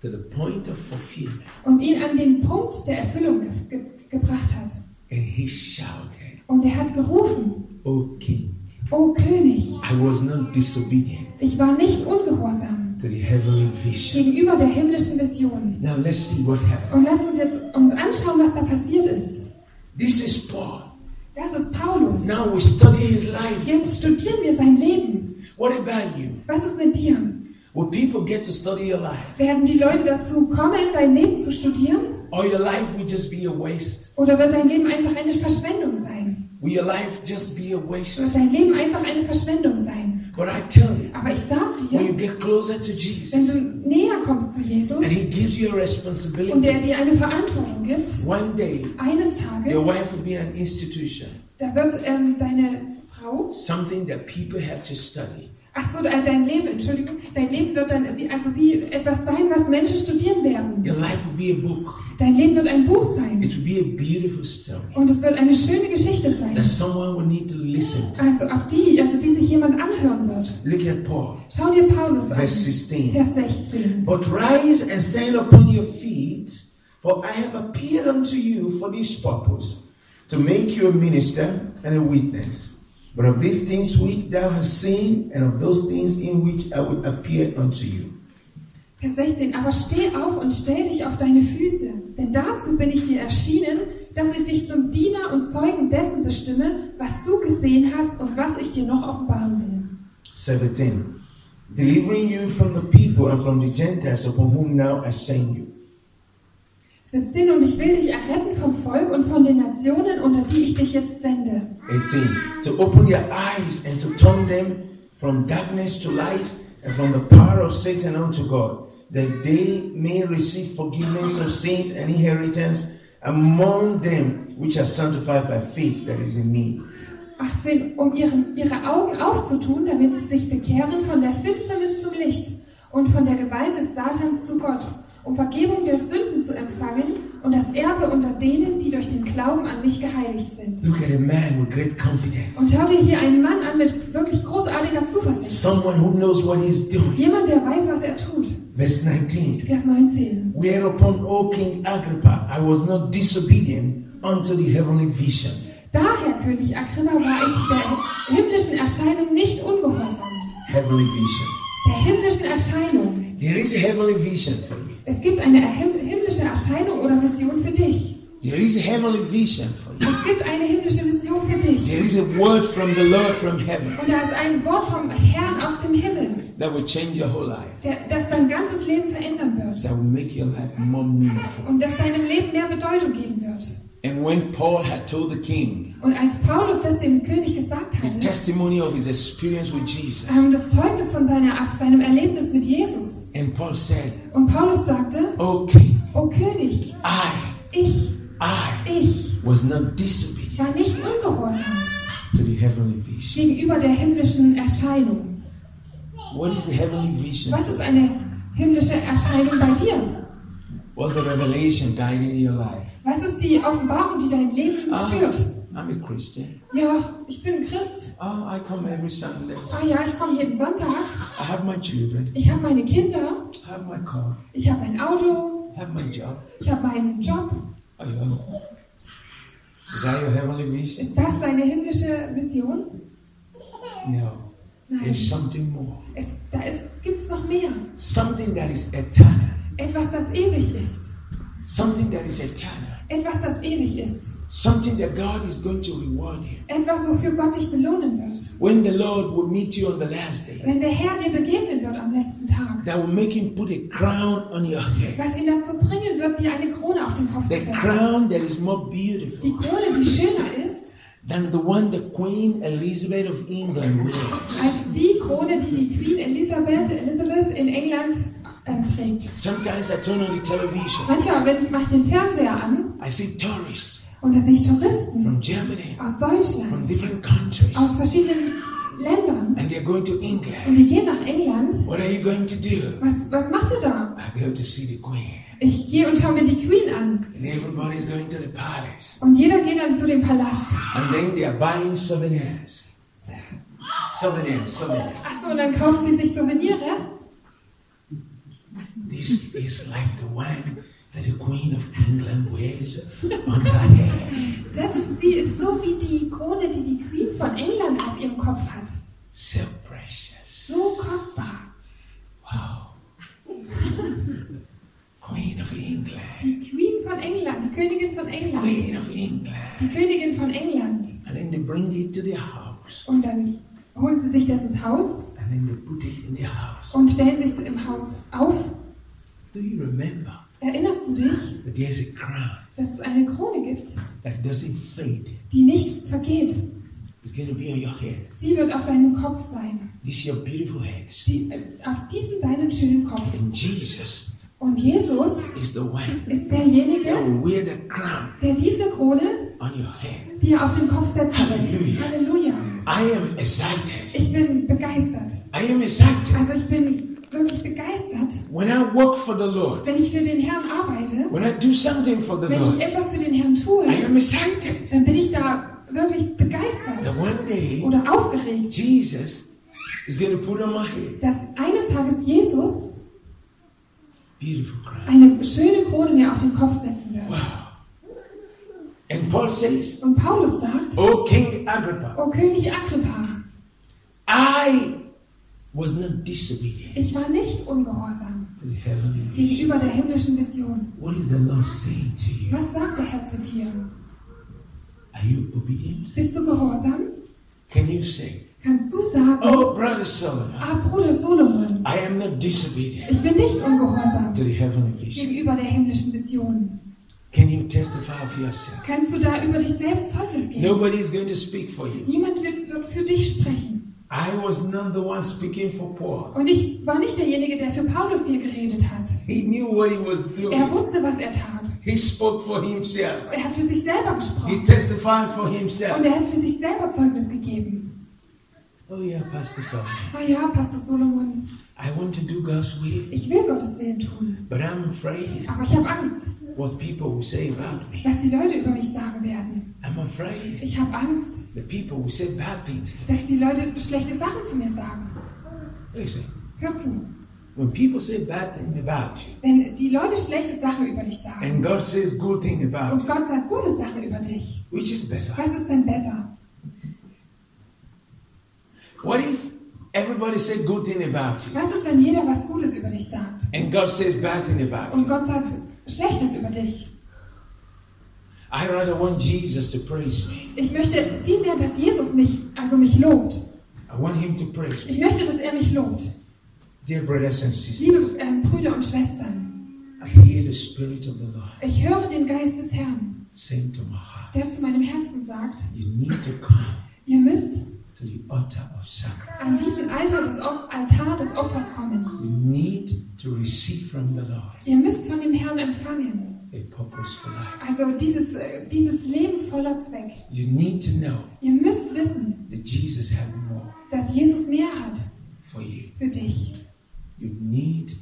A: to the point of fulfillment.
B: Und ihn an den Punkt der Erfüllung ge ge gebracht hat.
A: And he shouted,
B: Und er hat gerufen,
A: O king,
B: O König,
A: I was not disobedient
B: ich war nicht ungehorsam
A: to the heavenly vision.
B: gegenüber der himmlischen Vision.
A: Now let's see what happened.
B: Und lasst uns jetzt uns anschauen, was da passiert ist.
A: This is Paul.
B: Das ist Paulus.
A: Now we study his life.
B: Jetzt studieren wir sein Leben.
A: What about you?
B: Was ist mit dir?
A: Will people get to study your life?
B: Werden die Leute dazu kommen, dein Leben zu studieren?
A: Or your life will just be a waste?
B: Oder wird dein Leben einfach eine Verschwendung sein?
A: Will your life just be a
B: Wird
A: waste?
B: dein Leben einfach eine Verschwendung sein?
A: But I tell you,
B: Aber ich sag
A: when you
B: dir,
A: get closer to
B: wenn du
A: Jesus
B: näher kommst zu
A: and
B: Jesus
A: he gives you a
B: und er
A: responsibility,
B: dir eine Verantwortung gibt,
A: one day
B: Eines
A: your
B: Tages,
A: wife will be an institution,
B: da wird ähm, deine Frau,
A: something that people have to study.
B: ach so, äh, dein Leben, Entschuldigung, dein Leben wird dann wie, also wie etwas sein, was Menschen studieren werden.
A: Your life will be a book.
B: Dein Leben wird ein Buch sein
A: It will be a beautiful story
B: und es wird eine schöne Geschichte
A: that
B: sein.
A: someone will need to listen to.
B: Also auf die, also die sich jemand anhören wird.
A: Look at Paul,
B: Schau dir Paulus an,
A: verse
B: Vers
A: 16.
B: 16.
A: But rise and stand upon your feet, for I have appeared unto you for this purpose, to make you a minister and a witness. But of these things which thou hast seen, and of those things in which I will appear unto you.
B: Vers 16. Aber steh auf und stell dich auf deine Füße, denn dazu bin ich dir erschienen, dass ich dich zum Diener und Zeugen dessen bestimme, was du gesehen hast und was ich dir noch offenbaren will.
A: 17. Delivering you from the people and from the Gentiles upon whom now I send you.
B: 17 Und ich will dich erretten vom Volk und von den Nationen, unter die ich dich jetzt sende.
A: 18. To open their eyes and to turn them from darkness to light and from the power of Satan unto God, that they may receive forgiveness of sins and inheritance among them which are sanctified by faith that is in me.
B: 18 Um ihren, ihre Augen aufzutun, damit sie sich bekehren von der Finsternis zum Licht und von der Gewalt des Satans zu Gott, um Vergebung der Sünden zu empfangen und das Erbe unter denen, die durch den Glauben an mich geheiligt sind.
A: Look at a man with great
B: Und
A: confidence.
B: schau dir hier einen Mann an mit wirklich großartiger Zuversicht.
A: Someone who knows what he's doing.
B: Jemand, der weiß, was er tut.
A: Verse 19.
B: Vers 19.
A: Whereupon, O King Agrippa, I was not disobedient unto the heavenly vision.
B: Daher, König Agrippa, war ich der himmlischen Erscheinung nicht ungehorsam.
A: Heavenly vision.
B: Der himmlischen Erscheinung.
A: There is a heavenly vision for you.
B: Es gibt eine him- himmlische Erscheinung oder Vision für dich.
A: There is a heavenly vision for you.
B: Es gibt eine himmlische Vision für dich.
A: There is a word from the Lord from heaven
B: Und da ist ein Wort vom Herrn aus dem Himmel,
A: that will change your whole life,
B: der, das dein ganzes Leben verändern wird.
A: that will make your life more meaningful.
B: Und das deinem Leben mehr Bedeutung geben wird.
A: And when Paul had told the king
B: Und als Paulus das dem König gesagt
A: the
B: hatte,
A: testimony of his experience with Jesus,
B: ähm, das Zeugnis von seiner, auf seinem Erlebnis mit Jesus.
A: and Paul said,
B: Und Paulus sagte,
A: Okay,
B: O König,
A: I,
B: ich,
A: I
B: ich
A: was not disobedient
B: war nicht ungehorsam
A: to the heavenly vision.
B: gegenüber der himmlischen Erscheinung.
A: What is the heavenly vision?
B: Was ist eine himmlische Erscheinung bei dir?
A: What's the revelation guiding your life?
B: Was ist die Offenbarung, die dein Leben
A: Ah,
B: führt?
A: I'm a Christian.
B: Ja, ich bin Christ.
A: Oh, I come every Sunday.
B: Ah ja, ich komme jeden Sonntag.
A: I have my children.
B: Ich habe meine Kinder.
A: I have my car.
B: Ich habe ein Auto.
A: I have my job.
B: Ich habe meinen Job.
A: Oh, yeah. Is that your heavenly vision?
B: Ist das deine himmlische Vision?
A: No.
B: Nein.
A: It's something more.
B: Es, da gibt es noch mehr.
A: Something that is eternal.
B: Etwas, das ewig ist.
A: something that is eternal,
B: Etwas, das ewig ist.
A: something that God is going to reward you.
B: Etwas, wofür Gott dich belohnen wird.
A: When the Lord will meet you on the last day,
B: Wenn der Herr dir begegnen wird am letzten Tag.
A: that will make Him put a crown on your head.
B: Was ihn dazu bringen wird, dir eine Krone auf den Kopf zu
A: The
B: setzen.
A: crown that is more
B: Die
A: beautiful
B: Krone, die schöner ist,
A: than the one the Queen Elizabeth of England wore.
B: als die Krone, die die Queen Elisabeth, Elizabeth in England ähm, trägt.
A: Sometimes I turn on the television,
B: Manchmal wenn ich, mache ich den Fernseher an
A: I see tourists
B: und da sehe ich Touristen
A: from Germany,
B: aus
A: from
B: Deutschland,
A: different countries,
B: aus verschiedenen Ländern.
A: and they're going to
B: Und
A: England.
B: die gehen nach England.
A: What are you going to do?
B: Was, was macht ihr da?
A: I go to see the Queen,
B: Ich gehe und schaue mir die Queen an.
A: and everybody's going to the palace,
B: Und jeder geht dann zu dem Palast.
A: and then they are buying souvenirs. Souvenirs, souvenirs.
B: Achso, und dann kaufen sie sich Souvenire.
A: This is like the one that the Queen of England wears on her head.
B: Das ist, sie ist so wie die Krone, die die Queen von England auf ihrem Kopf hat.
A: So precious.
B: So kostbar.
A: Wow. Queen of England.
B: Die Queen von England, die Königin von England.
A: Queen of England.
B: Die Königin von England.
A: And then they bring it to the house.
B: Und dann holen sie sich das ins Haus
A: And then they put it in the house.
B: und stellen sich im Haus auf.
A: Do you remember
B: Erinnerst du dich,
A: that there's a crown
B: dass es eine Krone gibt,
A: that doesn't fade?
B: die nicht vergeht?
A: It's going to be on your head.
B: Sie wird auf deinem Kopf sein.
A: This is your beautiful heads.
B: Die, äh, auf diesem deinen schönen Kopf.
A: And Jesus
B: Und Jesus
A: is the one
B: ist
A: that
B: derjenige,
A: will wear the crown
B: der diese Krone
A: on your head.
B: dir auf den Kopf setzen wird.
A: Halleluja.
B: Halleluja.
A: I am excited.
B: Ich bin begeistert.
A: I am excited.
B: Also ich bin wirklich begeistert,
A: When I work for the Lord,
B: wenn ich für den Herrn arbeite,
A: when I do something for the
B: wenn ich
A: Lord,
B: etwas für den Herrn
A: I
B: tue,
A: am excited
B: dann bin ich da wirklich
A: that
B: begeistert
A: one day
B: oder aufgeregt,
A: Jesus is going to put on my head
B: dass eines Tages Jesus
A: beautiful crown.
B: eine schöne Krone mir auf den Kopf setzen wird.
A: Wow. And Paul says,
B: Und Paulus sagt,
A: O King Agrippa,
B: O König Agrippa,
A: I was not disobedient
B: ich war nicht ungehorsam
A: to the heavenly vision.
B: gegenüber der himmlischen Vision.
A: What is the Lord saying to you?
B: Was sagt der Herr zu dir?
A: Are you obedient?
B: Bist du gehorsam?
A: Can you say,
B: Kannst du sagen,
A: Oh, Brother Solomon,
B: ah Bruder Solomon,
A: I am not disobedient
B: ich bin nicht ungehorsam
A: to the heavenly vision?
B: gegenüber der himmlischen Vision?
A: Can you testify for yourself?
B: Kannst du da über dich selbst Zeugnis geben?
A: Nobody is going to speak for you.
B: Niemand wird, wird für dich sprechen.
A: I was not the one speaking for Paul.
B: Und ich war nicht derjenige, der für Paulus hier geredet hat.
A: He knew what he was
B: Er
A: doing.
B: wusste, was er tat.
A: He spoke for himself.
B: Er hat für sich selber
A: He
B: gesprochen.
A: testified for
B: Und
A: himself.
B: er hat für sich selber Zeugnis gegeben.
A: Oh yeah, Pastor Solomon.
B: Ah ja, Pastor Solomon,
A: I want to do God's will,
B: ich will Gottes Willen tun.
A: but I'm afraid
B: Aber ich habe Angst,
A: what people will say about me.
B: was die Leute über mich sagen werden.
A: I'm afraid
B: Ich habe Angst,
A: the people will say bad things to me.
B: dass die Leute schlechte Sachen zu mir sagen.
A: Listen,
B: Hör zu,
A: when people say bad things about you,
B: wenn die Leute schlechte Sachen über dich sagen
A: and God says good thing
B: und
A: about you,
B: Gott sagt gute Sachen über dich,
A: which is better?
B: was ist denn besser?
A: What if everybody said good thing about you,
B: Was ist, wenn jeder was Gutes über dich sagt
A: and God says bad thing about
B: und
A: you?
B: Gott sagt Schlechtes über dich?
A: I rather want Jesus to praise me.
B: Ich möchte vielmehr, dass Jesus mich, also mich lobt.
A: I want Him to praise me.
B: Ich möchte, dass er mich lobt.
A: Dear brothers and
B: Liebe
A: sisters,
B: ähm, Brüder und Schwestern,
A: I hear the Spirit of the Lord
B: ich höre den Geist des Herrn,
A: saying to my heart,
B: der zu meinem Herzen sagt,
A: you need to come
B: ihr müsst
A: to the altar of sacrifice.
B: an diesen Altar des, Op- Altar des Opfers kommen.
A: You need to receive from the Lord
B: Ihr müsst von dem Herrn empfangen.
A: a purpose for life.
B: Also dieses, äh, dieses Leben voller Zweck.
A: You need to know
B: Ihr müsst wissen,
A: that Jesus has more
B: dass Jesus mehr hat
A: for you.
B: für dich.
A: You need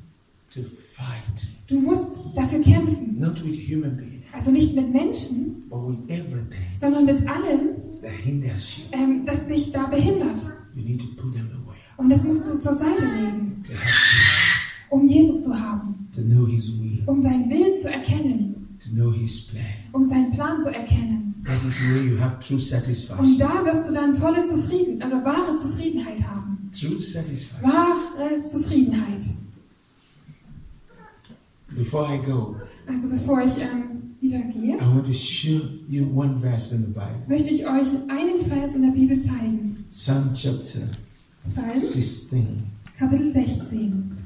A: to fight,
B: Du musst dafür kämpfen.
A: not with human beings,
B: Also nicht mit Menschen,
A: but with everything
B: sondern mit allem,
A: that hinders you.
B: ähm, das dich da behindert.
A: You need to put them away
B: Und das musst du zur Seite legen,
A: to have Jesus,
B: um Jesus zu haben,
A: to know His will,
B: um seinen Willen zu erkennen,
A: to know His plan.
B: um seinen Plan zu erkennen.
A: That is where you have true
B: Und
A: satisfaction.
B: da wirst du dann volle Zufriedenheit oder wahre Zufriedenheit haben.
A: True satisfaction.
B: Wahre Zufriedenheit.
A: Before I go,
B: Also bevor ich ähm, wieder gehe,
A: I want to show you one verse in the Bible.
B: möchte ich euch einen Vers in der Bibel zeigen.
A: Psalm chapter
B: Psalm
A: 16.
B: Kapitel 16.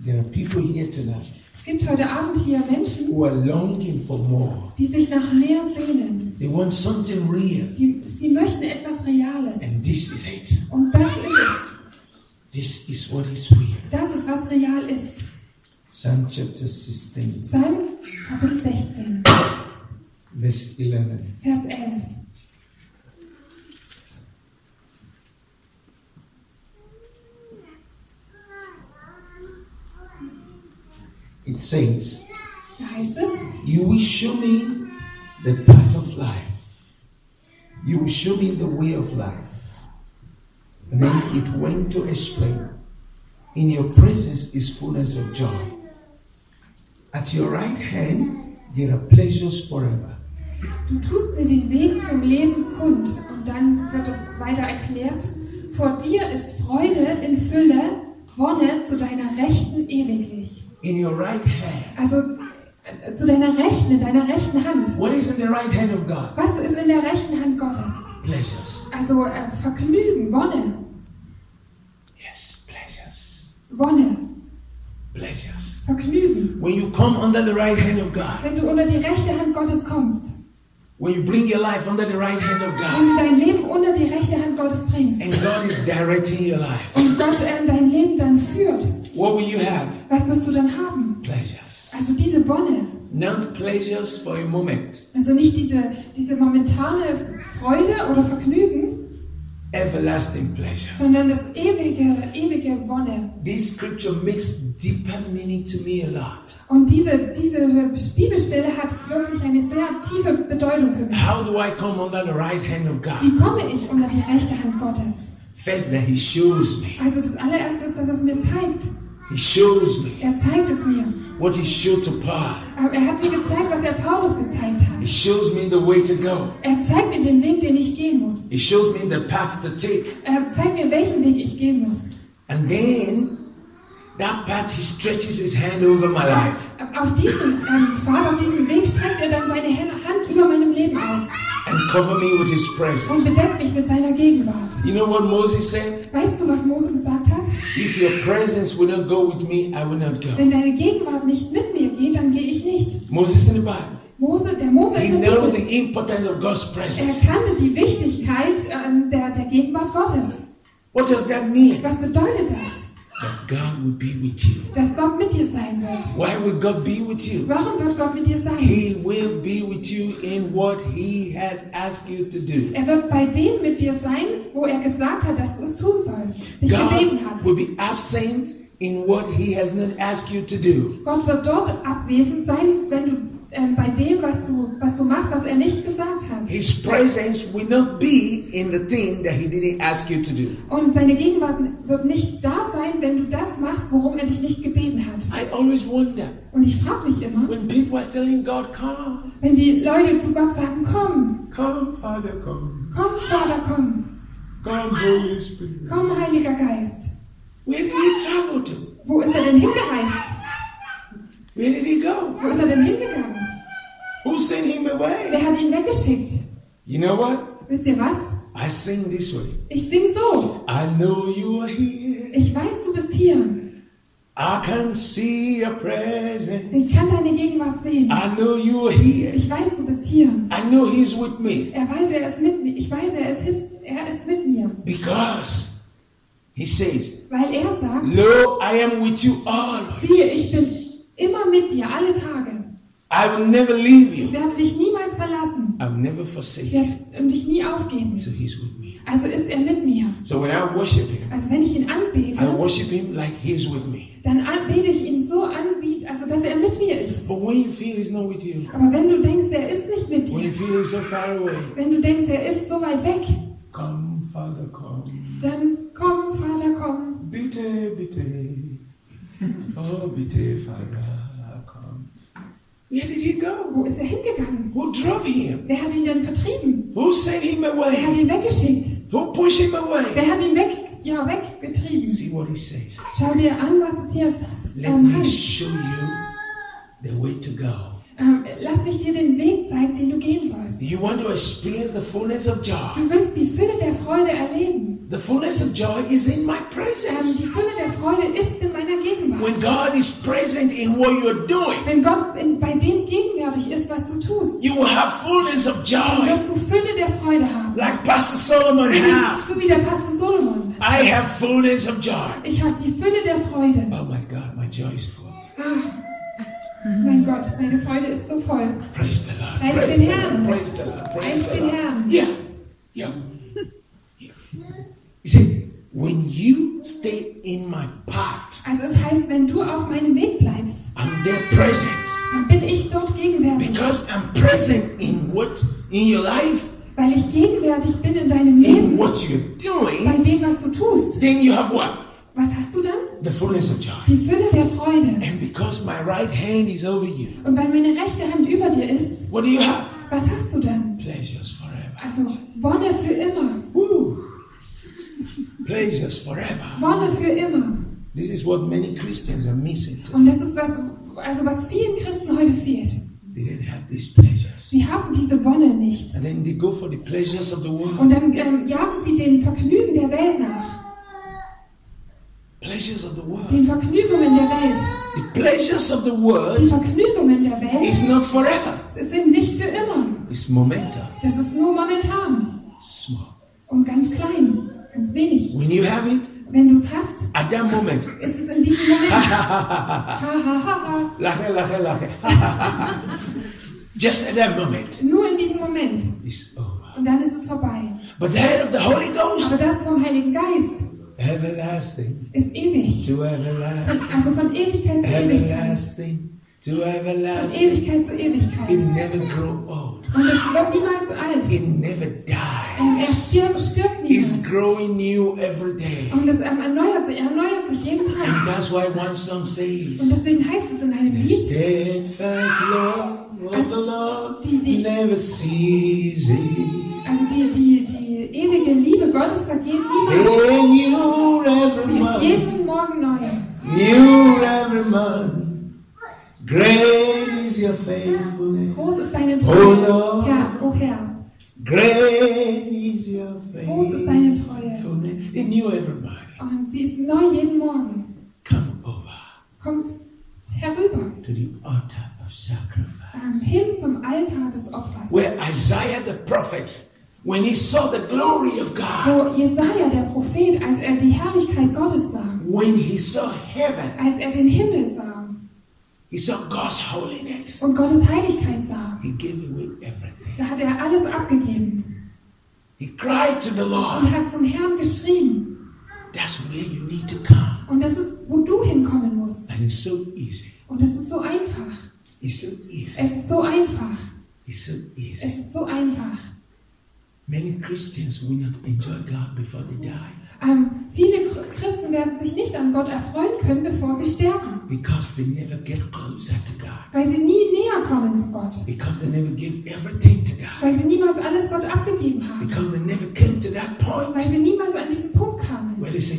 A: There are people here tonight
B: Es gibt heute Abend hier Menschen,
A: who are longing for more.
B: die sich nach mehr sehnen.
A: They want something real.
B: Die, sie möchten etwas Reales.
A: And this is it.
B: Und das ist es.
A: This is what is real.
B: Das ist, was real ist.
A: Psalm chapter 16,
B: Psalm Kapitel 16,
A: verse 11.
B: Vers 11.
A: It says,
B: Da heißt es,
A: You will show me the path of life. You will show me the way of life. And then it went to explain In your presence is fullness of joy. At your right hand, there are pleasures forever.
B: du tust mir den Weg zum Leben kund. Und dann wird es weiter erklärt, vor dir ist Freude in Fülle, Wonne zu deiner Rechten ewiglich.
A: In your right hand.
B: Also äh, zu deiner Rechten, in deiner rechten Hand.
A: What is in the right hand of God?
B: Was ist in der rechten Hand Gottes?
A: Pleasures.
B: Also äh, Vergnügen, Wonne,
A: Yes, pleasures.
B: Wonne,
A: Pleasures.
B: Vergnügen.
A: When you come under the right hand of God,
B: Wenn du unter die rechte Hand Gottes kommst,
A: when you bring your life under the right hand of God,
B: wenn du dein Leben unter die rechte Hand Gottes bringst,
A: and God is directing your life,
B: und Gott ähm, dein Leben dann führt,
A: what will you have?
B: was wirst du dann haben?
A: Pleasures.
B: Also diese Wonne,
A: Not pleasures for a moment,
B: also nicht diese, diese momentane Freude oder Vergnügen,
A: everlasting pleasure.
B: sondern das ewige, ewige Wonne.
A: This scripture makes deeper meaning to me a lot.
B: Und diese, diese Bibelstelle hat wirklich eine sehr tiefe Bedeutung für mich.
A: How do I come under the right hand of God?
B: Wie komme ich unter die rechte Hand Gottes?
A: First, that He shows me.
B: Also das allererste ist, dass er es mir zeigt.
A: He shows me
B: Er zeigt es mir.
A: what He showed to Paul.
B: Aber Er hat mir gezeigt, was er Paulus gezeigt
A: He
B: hat.
A: shows me the way to go.
B: Er zeigt mir den Weg, den ich gehen muss.
A: He shows me the path to take.
B: Er zeigt mir, welchen Weg ich gehen muss.
A: And then, that path, He stretches His hand over my life.
B: Auf diesem ähm, Pfad, auf diesem Weg streckt er dann seine Hen- Hand über meinem Leben aus
A: and cover me with His
B: und
A: presence.
B: bedeckt mich mit seiner Gegenwart.
A: You know what Moses said?
B: Weißt du, was Mose gesagt hat?
A: If your presence will not go with me, I will not go.
B: Wenn deine Gegenwart nicht mit mir geht, dann gehe ich nicht.
A: Moses in the Bible.
B: Mose, der Mose
A: He
B: in der
A: knows
B: Bibel,
A: the importance of God's
B: er
A: presence.
B: kannte die Wichtigkeit ähm, der, der Gegenwart Gottes.
A: What does that mean?
B: Was bedeutet das?
A: That God will be with you.
B: Dass Gott mit dir sein wird.
A: Why would God be with you?
B: Warum wird Gott mit dir sein?
A: He will be with you in what He has asked you to do.
B: Er wird bei dem mit dir sein, wo er gesagt hat, dass du es tun sollst, dich gebeten
A: God
B: hat.
A: will be absent in what He has not asked you to do.
B: Gott wird dort abwesend sein, wenn du ähm, bei dem, was du, was du machst, was er nicht gesagt hat.
A: His presence will not be in the thing that He didn't ask you to do.
B: Und seine Gegenwart wird nicht da sein, wenn du das machst, worum er dich nicht gebeten hat.
A: I always wonder
B: Und ich frage mich immer,
A: when people are telling God, Come,
B: wenn die Leute zu Gott sagen, komm,
A: come, Father, come,
B: komm, Vater, komm,
A: come, Holy Spirit.
B: komm, Heiliger Geist.
A: Where did he travel to?
B: Wo ist er denn hingereist?
A: Where did he go?
B: Wo ist er denn hingegangen?
A: Who sent him away?
B: Wer hat ihn weggeschickt?
A: You know what?
B: Wisst ihr was?
A: I sing this way.
B: Ich sing so.
A: I know you are here.
B: Ich weiß, du bist hier.
A: I can see your presence.
B: Ich kann deine Gegenwart sehen.
A: I know you are here.
B: Ich weiß, du bist hier.
A: I know he's with me
B: Er weiß, er ist mit mir. Ich weiß, er ist, his, er ist mit mir.
A: because he says,
B: Weil er sagt,
A: Lo, I am with you always.
B: siehe, ich bin immer mit dir, alle Tage.
A: I will never leave you.
B: Ich werde dich niemals verlassen.
A: I will never
B: Ich
A: forsake you.
B: werde ähm, dich nie aufgeben.
A: So he's with me.
B: Also ist er mit mir.
A: So when I worship him,
B: Also wenn ich ihn
A: I
B: anbete,
A: worship him like he's with me.
B: dann an- bete ich ihn so an, wie, also dass er mit mir ist.
A: But when you feel he's not with you,
B: Aber wenn du denkst, er ist nicht mit
A: when you
B: dir,
A: feel he's so far away,
B: wenn du denkst, er ist so weit weg,
A: Komm, Vater, komm.
B: dann komm, Vater, komm.
A: Bitte, bitte. Oh, bitte, Vater, komm. Where did he go?
B: Wo ist er hingegangen?
A: Who drove him?
B: Wer hat ihn denn vertrieben?
A: Who sent him
B: Wer hat
A: away?
B: ihn weggeschickt?
A: Who pushed him away?
B: Wer hat ihn weg, ja, weggetrieben.
A: See what he says.
B: Schau dir an, was es hier
A: Let
B: ähm,
A: me
B: heißt.
A: show you the way to go.
B: Ähm, lass mich dir den Weg zeigen, den du gehen sollst.
A: You want to experience the fullness of joy.
B: Du willst die Fülle der Freude erleben.
A: The fullness of joy is in my
B: Ähm, die
A: presence.
B: Fülle der Freude ist in meiner Gegenwart.
A: When God is present in what you're doing,
B: Wenn Gott in, bei dem gegenwärtig ist, was du tust,
A: you will have fullness of
B: dann
A: joy.
B: wirst du Fülle der Freude haben.
A: Like Pastor Solomon
B: So wie,
A: had.
B: so wie der Pastor Solomon.
A: I have fullness of joy.
B: Ich habe die Fülle der Freude.
A: Oh my God, my joy is full.
B: Mein Gott, meine Freude ist so voll.
A: Praise the Lord.
B: Preist
A: Praise
B: den
A: the Lord.
B: Herrn.
A: Praise the Lord. Praise
B: Preist
A: the
B: den
A: Lord.
B: Herrn.
A: Yeah. Yeah. yeah. He said, when you stay in my path,
B: Also es heißt, wenn du auf meinem Weg bleibst,
A: I'm there present.
B: dann bin ich dort gegenwärtig.
A: Because I'm present in what in your life,
B: Weil ich gegenwärtig bin in
A: in
B: deinem Leben,
A: what you're doing,
B: bei dem, was du tust.
A: then you have what?
B: Was hast du dann?
A: The fullness of joy.
B: Die Fülle der Freude.
A: And because my right hand is over you,
B: Und weil meine rechte Hand über dir ist,
A: what do you have?
B: was hast du dann?
A: Pleasures forever.
B: Also Wonne für immer.
A: Woo! Pleasures forever.
B: Wonne für immer.
A: This is what many Christians are missing.
B: Und das ist was, also was vielen Christen heute fehlt.
A: They didn't have these pleasures.
B: Sie haben diese Wonne nicht.
A: And then they go for the pleasures of the world.
B: Und dann ähm, jagen sie den Vergnügen der Welt nach.
A: Pleasures of the world.
B: Den Vergnügungen der Welt.
A: The pleasures of the
B: Die
A: world
B: Vergnügungen der Welt
A: is not forever.
B: sind nicht für immer.
A: It's momentum.
B: Das ist nur momentan.
A: Small.
B: Und ganz klein. Ganz wenig.
A: When you have it,
B: Wenn du es hast,
A: at that moment,
B: ist es in diesem Moment. Ha, ha, ha, ha.
A: Lache, lache, lache. Just at that moment,
B: Nur in diesem Moment.
A: it's over.
B: Und dann ist es vorbei.
A: But the head of the Holy Ghost,
B: Aber das vom Heiligen Geist
A: everlasting
B: ist ewig.
A: to everlasting,
B: Also von Ewigkeit zu Ewigkeit.
A: everlasting to
B: Von
A: everlasting.
B: Ewigkeit zu
A: It
B: Ewigkeit.
A: never grow old.
B: Und es wird niemals alt.
A: It never die.
B: Er stirbt, stirbt
A: It's
B: niemals.
A: growing new every day.
B: Und es ähm, erneuert sich, er erneuert sich jeden Tag.
A: And that's why one song
B: Und
A: says,
B: deswegen heißt es in einem
A: The
B: Lied,
A: steadfast love of the Lord
B: Die- die-
A: never ceases.
B: also die, die, die ewige Liebe Gottes vergeht niemals.
A: They knew every
B: Sie ist
A: morning.
B: jeden Morgen neu.
A: New every month, great is your faithfulness.
B: Groß ist deine
A: Oh
B: Treue.
A: Lord.
B: Ja, oh Herr,
A: Great is your
B: groß ist deine
A: faithfulness.
B: Treue.
A: It knew everybody.
B: Und sie ist neu jeden Morgen.
A: Come over
B: Kommt herüber,
A: to the altar of sacrifice.
B: ähm, hin zum Altar des Opfers.
A: Where Isaiah the prophet, when he saw the glory of God,
B: Wo Jesaja, der Prophet, als er die Herrlichkeit Gottes sah,
A: when he saw heaven,
B: als er den Himmel sah
A: he saw God's holiness.
B: und Gottes Heiligkeit sah,
A: He gave away everything.
B: da hat er alles abgegeben
A: He cried to the Lord.
B: und hat zum Herrn geschrien.
A: That's where you need to come.
B: Und das ist, wo du hinkommen musst.
A: And it's so easy.
B: Und das ist so einfach.
A: It's so easy.
B: Es ist so einfach.
A: It's so easy.
B: Es ist so einfach.
A: Many Christians will not enjoy God before they die
B: Ähm, viele Chr- Christen werden sich nicht an Gott erfreuen können, bevor sie sterben,
A: because they never get closer to God,
B: weil sie nie näher kommen zu Gott,
A: because they never give everything to God,
B: weil sie niemals alles Gott abgegeben haben,
A: because they never came to that
B: weil
A: point
B: sie niemals an diesen Punkt kamen,
A: where they say,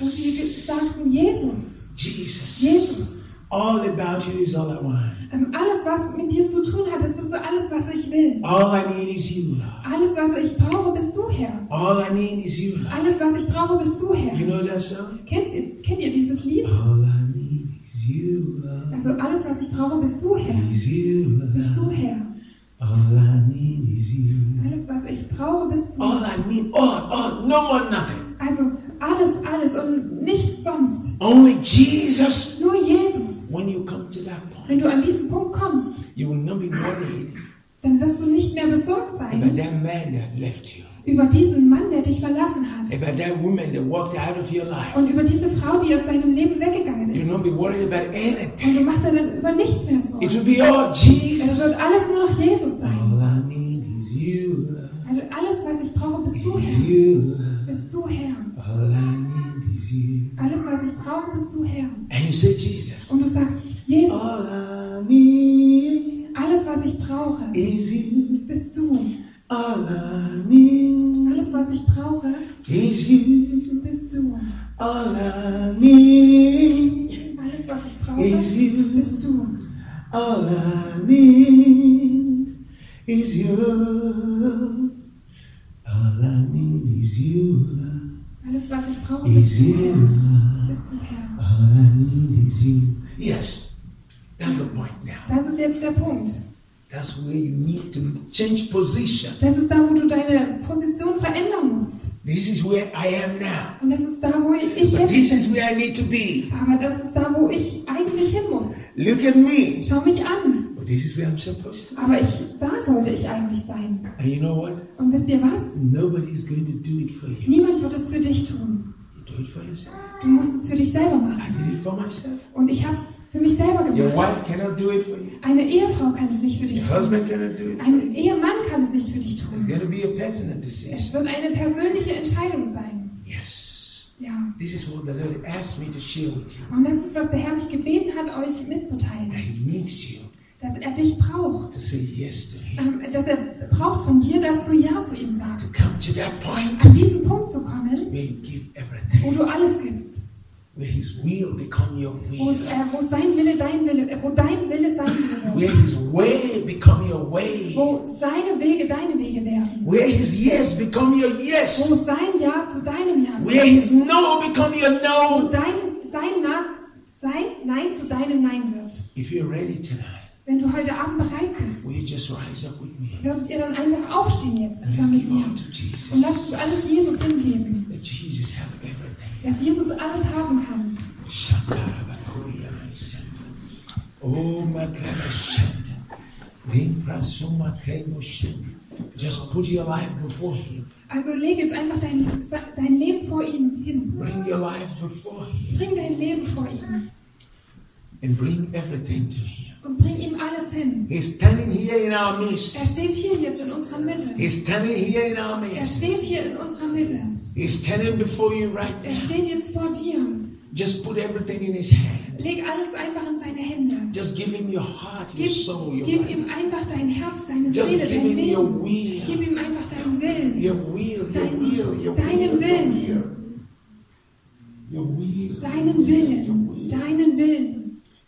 B: wo sie ge-
A: Jesus,
B: sagten, Jesus,
A: Jesus,
B: Jesus.
A: all about you is all I want.
B: Ähm, Alles, was mit dir zu tun hat, das ist alles, was ich will.
A: All I need is you, Lord.
B: Alles, was ich brauche, bist du, Herr.
A: All I need is you, Lord.
B: Alles, was ich brauche, bist du,
A: You
B: Herr.
A: know that song?
B: Kennt ihr, kennt ihr dieses Lied?
A: All I need is you, Lord.
B: Also alles, was ich brauche, bist du, Herr.
A: Is you,
B: Bist du,
A: Lord.
B: Herr.
A: All I need is you.
B: Alles, was ich brauche, bist du.
A: All I need, all, all, no more nothing.
B: Also alles, alles und nichts sonst.
A: Only Jesus.
B: Nur Jesus.
A: When you come to that point,
B: Wenn du an diesen Punkt kommst,
A: you will not be worried
B: dann wirst du nicht mehr besorgt
A: about
B: sein
A: that man that left you,
B: über diesen Mann, der dich verlassen hat.
A: about that woman that walked out of your life.
B: Und über diese Frau, die aus deinem Leben weggegangen
A: You will
B: ist.
A: not be worried about
B: Und du
A: anything.
B: machst dir dann über nichts mehr
A: It
B: Sorgen.
A: will be all
B: Es
A: Jesus.
B: wird alles nur noch Jesus sein.
A: All I need is you, love.
B: Also alles, was ich brauche, bist du,
A: Is
B: Herr.
A: you, love.
B: Bist du, Herr.
A: All I need is you.
B: Alles, was ich brauche, bist du, Herr.
A: And you say, Jesus.
B: Und du sagst,
A: All
B: Jesus,
A: I need
B: alles, was ich brauche,
A: is you.
B: bist du.
A: All I need
B: Alles, was ich brauche,
A: Is you
B: bist du.
A: all I need?
B: Alles, was ich
A: Is
B: brauche,
A: you
B: bist du.
A: all I need? Is you all I need? Is you?
B: Alles, was ich brauche, bist
A: Is
B: du. Herr.
A: you?
B: Bist du Herr.
A: All I need is you. Yes, that's the point now.
B: Das ist jetzt der Punkt.
A: That's where you need to change position.
B: Das ist da, wo du deine Position verändern musst.
A: This is where I am now.
B: Und das ist da, wo ich
A: But
B: jetzt
A: this
B: bin.
A: is where I need to be.
B: Aber das ist da, wo ich eigentlich hin muss.
A: Look at me.
B: Schau mich an.
A: But this is where I'm supposed to.
B: Aber ich, da sollte ich eigentlich sein.
A: And you know what?
B: Und wisst ihr was?
A: Nobody's going to do it for you.
B: Niemand wird es für dich tun.
A: You do it for yourself.
B: Du musst es für dich selber machen.
A: I did it for myself.
B: Und ich habe es für mich selber
A: Your
B: gemacht.
A: wife cannot do it for you.
B: Eine Ehefrau kann es nicht für dich
A: Your
B: tun.
A: husband cannot do it. For
B: Ein
A: you.
B: Ehemann kann es nicht für dich
A: It's
B: tun.
A: going to be a personal decision.
B: Es wird eine persönliche Entscheidung sein.
A: Yes.
B: Ja.
A: This is what the Lord asked me to share with you.
B: Und das ist, was der Herr mich gebeten hat, euch
A: That
B: mitzuteilen.
A: He needs you
B: Dass er dich braucht.
A: to say yes to Him.
B: Ähm, Dass er braucht von dir, dass du Ja zu ihm sagst.
A: To come to that point
B: An diesen Punkt zu kommen,
A: where you give everything.
B: wo du alles gibst.
A: Where His will become your
B: Wo, es,
A: will.
B: äh, wo sein Wille dein Wille, äh, wo dein Wille sein Wille
A: Where
B: wird.
A: His way become your way.
B: Wo seine Wege deine Wege werden.
A: Where His yes become your yes.
B: Wo sein Ja zu deinem Ja
A: Where
B: wird.
A: his no become your
B: Wo
A: no.
B: dein, sein, Na, sein Nein zu deinem Nein wird.
A: If you're ready tonight,
B: Wenn du heute Abend bereit bist,
A: will you just rise up with me?
B: würdet ihr dann einfach aufstehen jetzt
A: And let's
B: zusammen mit
A: give
B: mir.
A: all to
B: Und lasst
A: Jesus.
B: uns alles Jesus hingeben.
A: Let Jesus have everything.
B: Dass Jesus alles haben kann.
A: Shantarabakuriya Santa. Oh, my God, Santa. Limbra Soma Kremo Santa. Just put your life before him.
B: Also leg jetzt einfach dein, dein Leben vor ihm hin.
A: Bring your life before him.
B: Bring dein Leben vor ihm.
A: And bring everything to him.
B: Und bring ihm alles hin.
A: He's standing here in our
B: Er
A: midst.
B: steht hier jetzt in unserer Mitte.
A: He's standing here in our
B: Er
A: midst.
B: steht hier in unserer Mitte.
A: He's standing before you right
B: Er
A: now.
B: steht jetzt vor dir.
A: Just put everything in his hand.
B: Leg alles einfach in seine Hände.
A: Just give him your heart, your
B: Gib,
A: soul, your
B: gib
A: mind.
B: ihm einfach dein Herz, deine
A: Just
B: Seele,
A: give
B: dein
A: him your
B: Leben.
A: will,
B: Gib ihm einfach deinen Willen.
A: your will, your
B: Dein-
A: will, your
B: deinen
A: will, your
B: Willen.
A: will, your will,
B: Deinen
A: your
B: Willen.
A: will.
B: Deinen Willen.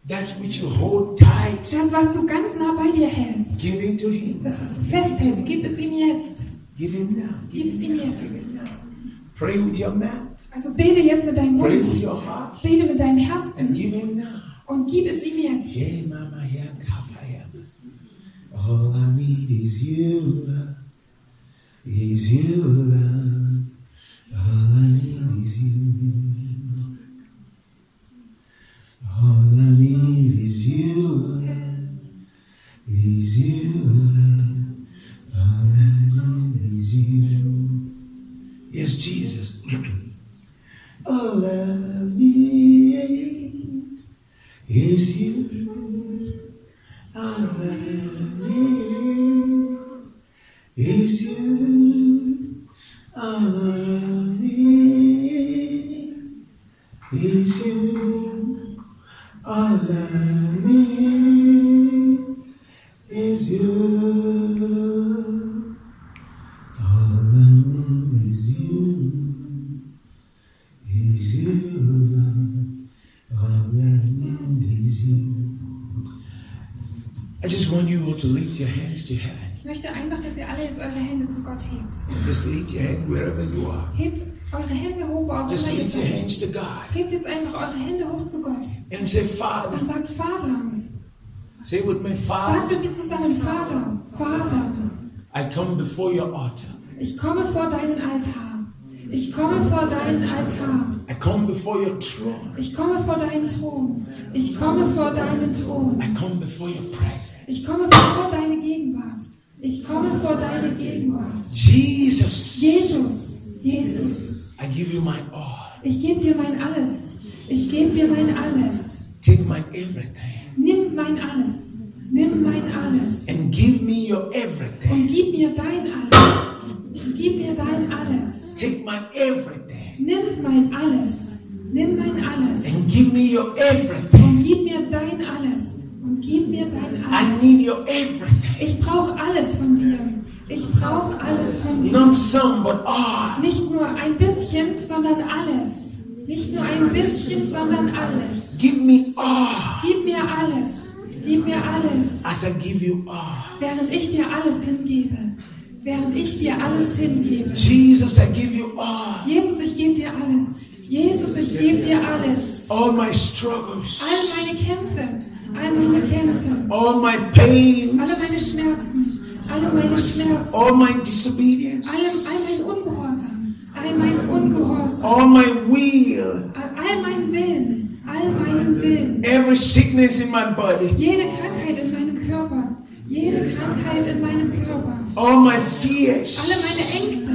A: That which you hold tight,
B: Das, was du ganz nah bei dir hältst.
A: give it to him.
B: Das, was du festhältst, gib es ihm jetzt.
A: Give him now. Give
B: Gib's ihm jetzt.
A: him now. Pray with your mouth.
B: Also bete jetzt mit deinem
A: Pray with
B: Mund.
A: your heart,
B: Bete mit deinem
A: and
B: Herzen
A: give him now.
B: und gib es ihm jetzt.
A: Yeah, Mama, yeah, Papa, yeah. All I need is you, love. Is you, love. All I need is you. All I need is you, love. Is you, love. All I need is you. Yes, Jesus. All I need is you. All I need is you. All I need is you. All I need is you. All I need is you. Is you, Lord. I just want you all to lift your hands to heaven.
B: Ich möchte einfach, dass ihr alle jetzt eure Hände zu Gott hebt.
A: Just lift your hand wherever you are.
B: Hebt eure Hände hoch, wo auch
A: Just
B: immer ihr
A: lift your
B: seid.
A: hands to God
B: Hebt jetzt einfach eure Hände hoch zu Gott
A: and say,
B: und
A: Father.
B: sagt Vater.
A: Say with me,
B: Sagt
A: Father,
B: mit mir zusammen, Vater, Vater,
A: I come before your altar.
B: ich komme vor deinen Altar. Ich komme vor deinen Altar.
A: I come before your throne.
B: Ich komme vor deinen Thron. Ich komme vor deinen Thron.
A: I come before your presence.
B: Ich komme vor deine Gegenwart. Ich komme vor deine Gegenwart.
A: Jesus,
B: Jesus, Jesus,
A: I give you my all.
B: ich gebe dir mein Alles. Ich gebe dir mein Alles.
A: Take my everything
B: Nimm mein Alles. Nimm mein Alles.
A: and give me your
B: Und
A: everything.
B: gib mir dein Alles. Gib mir dein Alles.
A: Take my everything
B: Nimm mein Alles. Nimm mein Alles.
A: and give me your
B: Und
A: everything.
B: gib mir dein Alles. Und gib mir dein
A: I need
B: Alles.
A: your everything.
B: Ich brauche alles von dir. Ich brauche alles von dir.
A: Not some, but ah. all.
B: Nicht nur ein bisschen, sondern alles. Nicht nur ein bisschen, sondern alles.
A: Give me all
B: Gib mir alles. Gib mir alles.
A: as I give you ah. all.
B: Während ich dir alles hingebe. Während ich dir alles hingebe.
A: Jesus, I give you ah. all.
B: Jesus, ich gebe dir alles. Jesus, ich gebe dir alles.
A: All my struggles,
B: All meine Kämpfe, all meine Kämpfe,
A: all my
B: alle meine
A: pains,
B: Schmerzen, alle meine Schmerzen,
A: all my disobedience,
B: all, all mein Ungehorsam, all mein Ungehorsam,
A: all my will,
B: all, all mein Willen, all meinen Willen,
A: every sickness in my body,
B: jede Krankheit in meinem Körper, jede Krankheit in meinem Körper,
A: all my
B: alle
A: fears,
B: meine Ängste,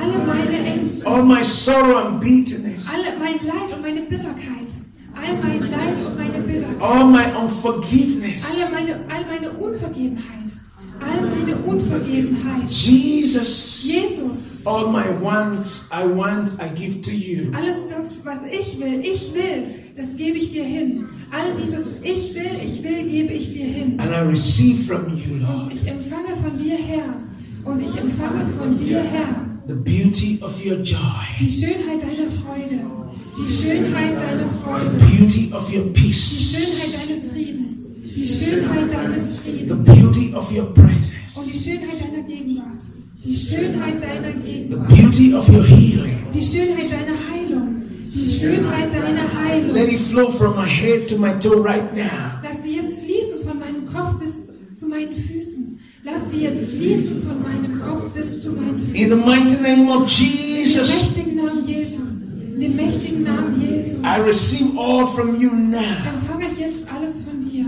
B: alle meine Ängste,
A: all my sorrow and bitterness,
B: alle mein Leid und meine Bitterkeit, all mein Leid und meine Bitterkeit.
A: all my
B: Alle
A: unforgiveness.
B: meine, all meine Unvergebenheit, all meine Unvergebenheit.
A: Jesus,
B: Jesus,
A: all my wants, I want, I give to you.
B: alles das, was ich will, ich will, das gebe ich dir hin. All dieses Ich will, ich will, gebe ich dir hin.
A: And I receive from you,
B: Und
A: Lord,
B: ich empfange von dir her. Und ich empfange von dir her
A: the beauty of your joy,
B: die Schönheit deiner Freude, die Schönheit deiner
A: the
B: Freude,
A: beauty of your
B: die
A: peace,
B: Schönheit deines Friedens, die Schönheit deines
A: the
B: Friedens
A: beauty of your presence,
B: und die Schönheit deiner Gegenwart, die Schönheit deiner
A: the
B: Gegenwart.
A: beauty of your healing.
B: Die Schönheit deiner Heilung, die Schönheit deiner Heilung.
A: Let it flow from my head to my toe right now.
B: Lass sie jetzt fließen von meinem Kopf bis zu meinen Füßen. Lass sie jetzt fließen von meinem Kopf bis zu meinen Füßen.
A: In the mighty name of
B: Im
A: Jesus,
B: mächtigen Namen Jesus. In dem mächtigen Namen Jesus.
A: I receive all from you now.
B: Empfange ich jetzt alles von dir.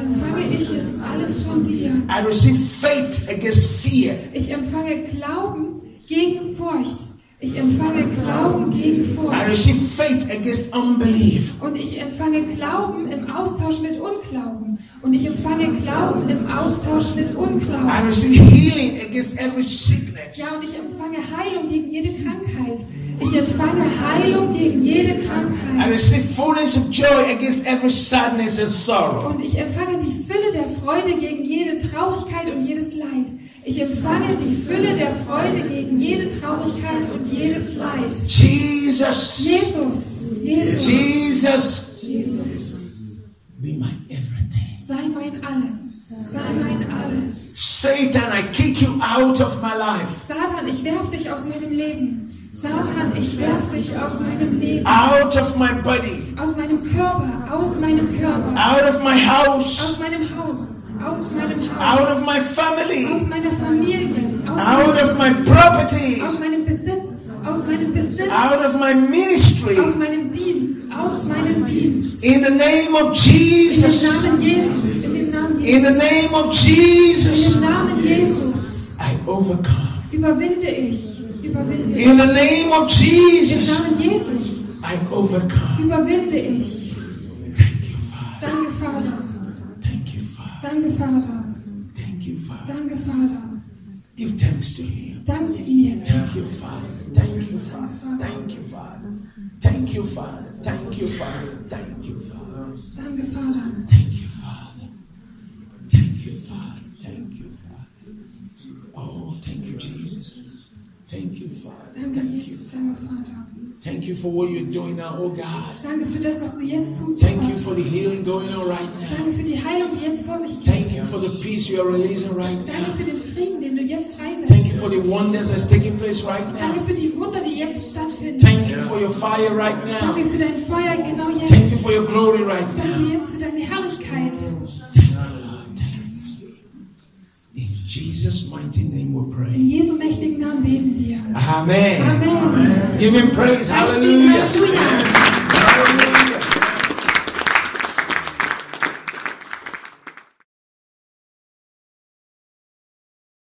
B: Empfange ich jetzt alles von dir.
A: I receive faith against fear.
B: Ich empfange Glauben gegen Furcht. Ich empfange Glauben gegen
A: I
B: Furcht.
A: receive faith against unbelief.
B: Und ich empfange Glauben im Austausch mit Unglauben. Und ich empfange Glauben im Austausch mit
A: I
B: Unglauben.
A: receive healing against every sickness.
B: Ja, und ich empfange Heilung gegen jede Krankheit. Ich empfange Heilung gegen jede
A: I
B: Krankheit.
A: receive fullness of joy against every sadness and sorrow.
B: Und ich empfange die Fülle der Freude gegen jede Traurigkeit und jedes Leid. Ich empfange die Fülle der Freude gegen jede Traurigkeit und jedes Leid.
A: Jesus,
B: Jesus,
A: Jesus,
B: Jesus, Jesus,
A: be my everything.
B: sei mein Alles, sei mein Alles.
A: Satan, I kick you out of my life,
B: Satan, ich werf dich aus meinem Leben. Satan, ich werf dich aus meinem Leben.
A: out of my body,
B: Aus meinem Körper, aus meinem Körper.
A: out of my
B: Aus
A: house,
B: meinem Haus, aus meinem
A: out of
B: Haus.
A: my family,
B: Aus meiner Familie, aus,
A: out
B: meinem,
A: of my property,
B: aus meinem Besitz, aus meinem Besitz.
A: out of my ministry.
B: Aus meinem Dienst, aus meinem Dienst.
A: In the name of
B: In dem
A: Jesus,
B: Namen Jesus, in dem Namen
A: in the
B: Jesus.
A: name of
B: In dem
A: Jesus,
B: Namen Jesus
A: I overcome.
B: überwinde ich, überwinde ich.
A: In the name of
B: Im
A: Jesus,
B: Namen Jesus
A: I overcome.
B: überwinde ich.
A: Thank you, Father.
B: Danke, Vater.
A: Thank you, Father.
B: Danke, Vater.
A: Thank you, Father.
B: Danke, Vater.
A: Give thanks to Him.
B: Dankt ihm jetzt.
A: Thank you, Father. Thank you, Father. Thank you, Father. Thank you, Father. Thank you, Father. Thank you, Father.
B: Danke, Vater.
A: Thank you, Father. Thank you, Father. Thank you, Father. Oh, thank you, Jesus. Thank you, Father.
B: Danke, Jesus. Danke, Vater.
A: Thank you for what you're doing now, oh God.
B: Danke für das, was du jetzt tust, oh
A: Thank you
B: Gott.
A: for the healing going on right now.
B: Danke für die Heilung, die jetzt vor sich
A: Thank
B: geht.
A: you for the peace you are releasing right
B: Danke
A: now.
B: für den Frieden, den du jetzt
A: Thank you
B: freisetzt.
A: for the wonders that's taking place right now.
B: Danke für die Wunder, die jetzt stattfinden.
A: Thank you for your fire right now.
B: Danke für dein Feuer genau
A: Thank you
B: jetzt.
A: for your glory right
B: Danke
A: now.
B: jetzt für deine Herrlichkeit.
A: Thank you, Lord. Thank you. In Jesus' mighty name we
B: In
A: pray.
B: Jesu mächtigen Namen beten wir.
A: Amen.
B: Amen.
A: Give him praise.
B: Preis ihm,
A: Hallelujah.
B: Halleluja.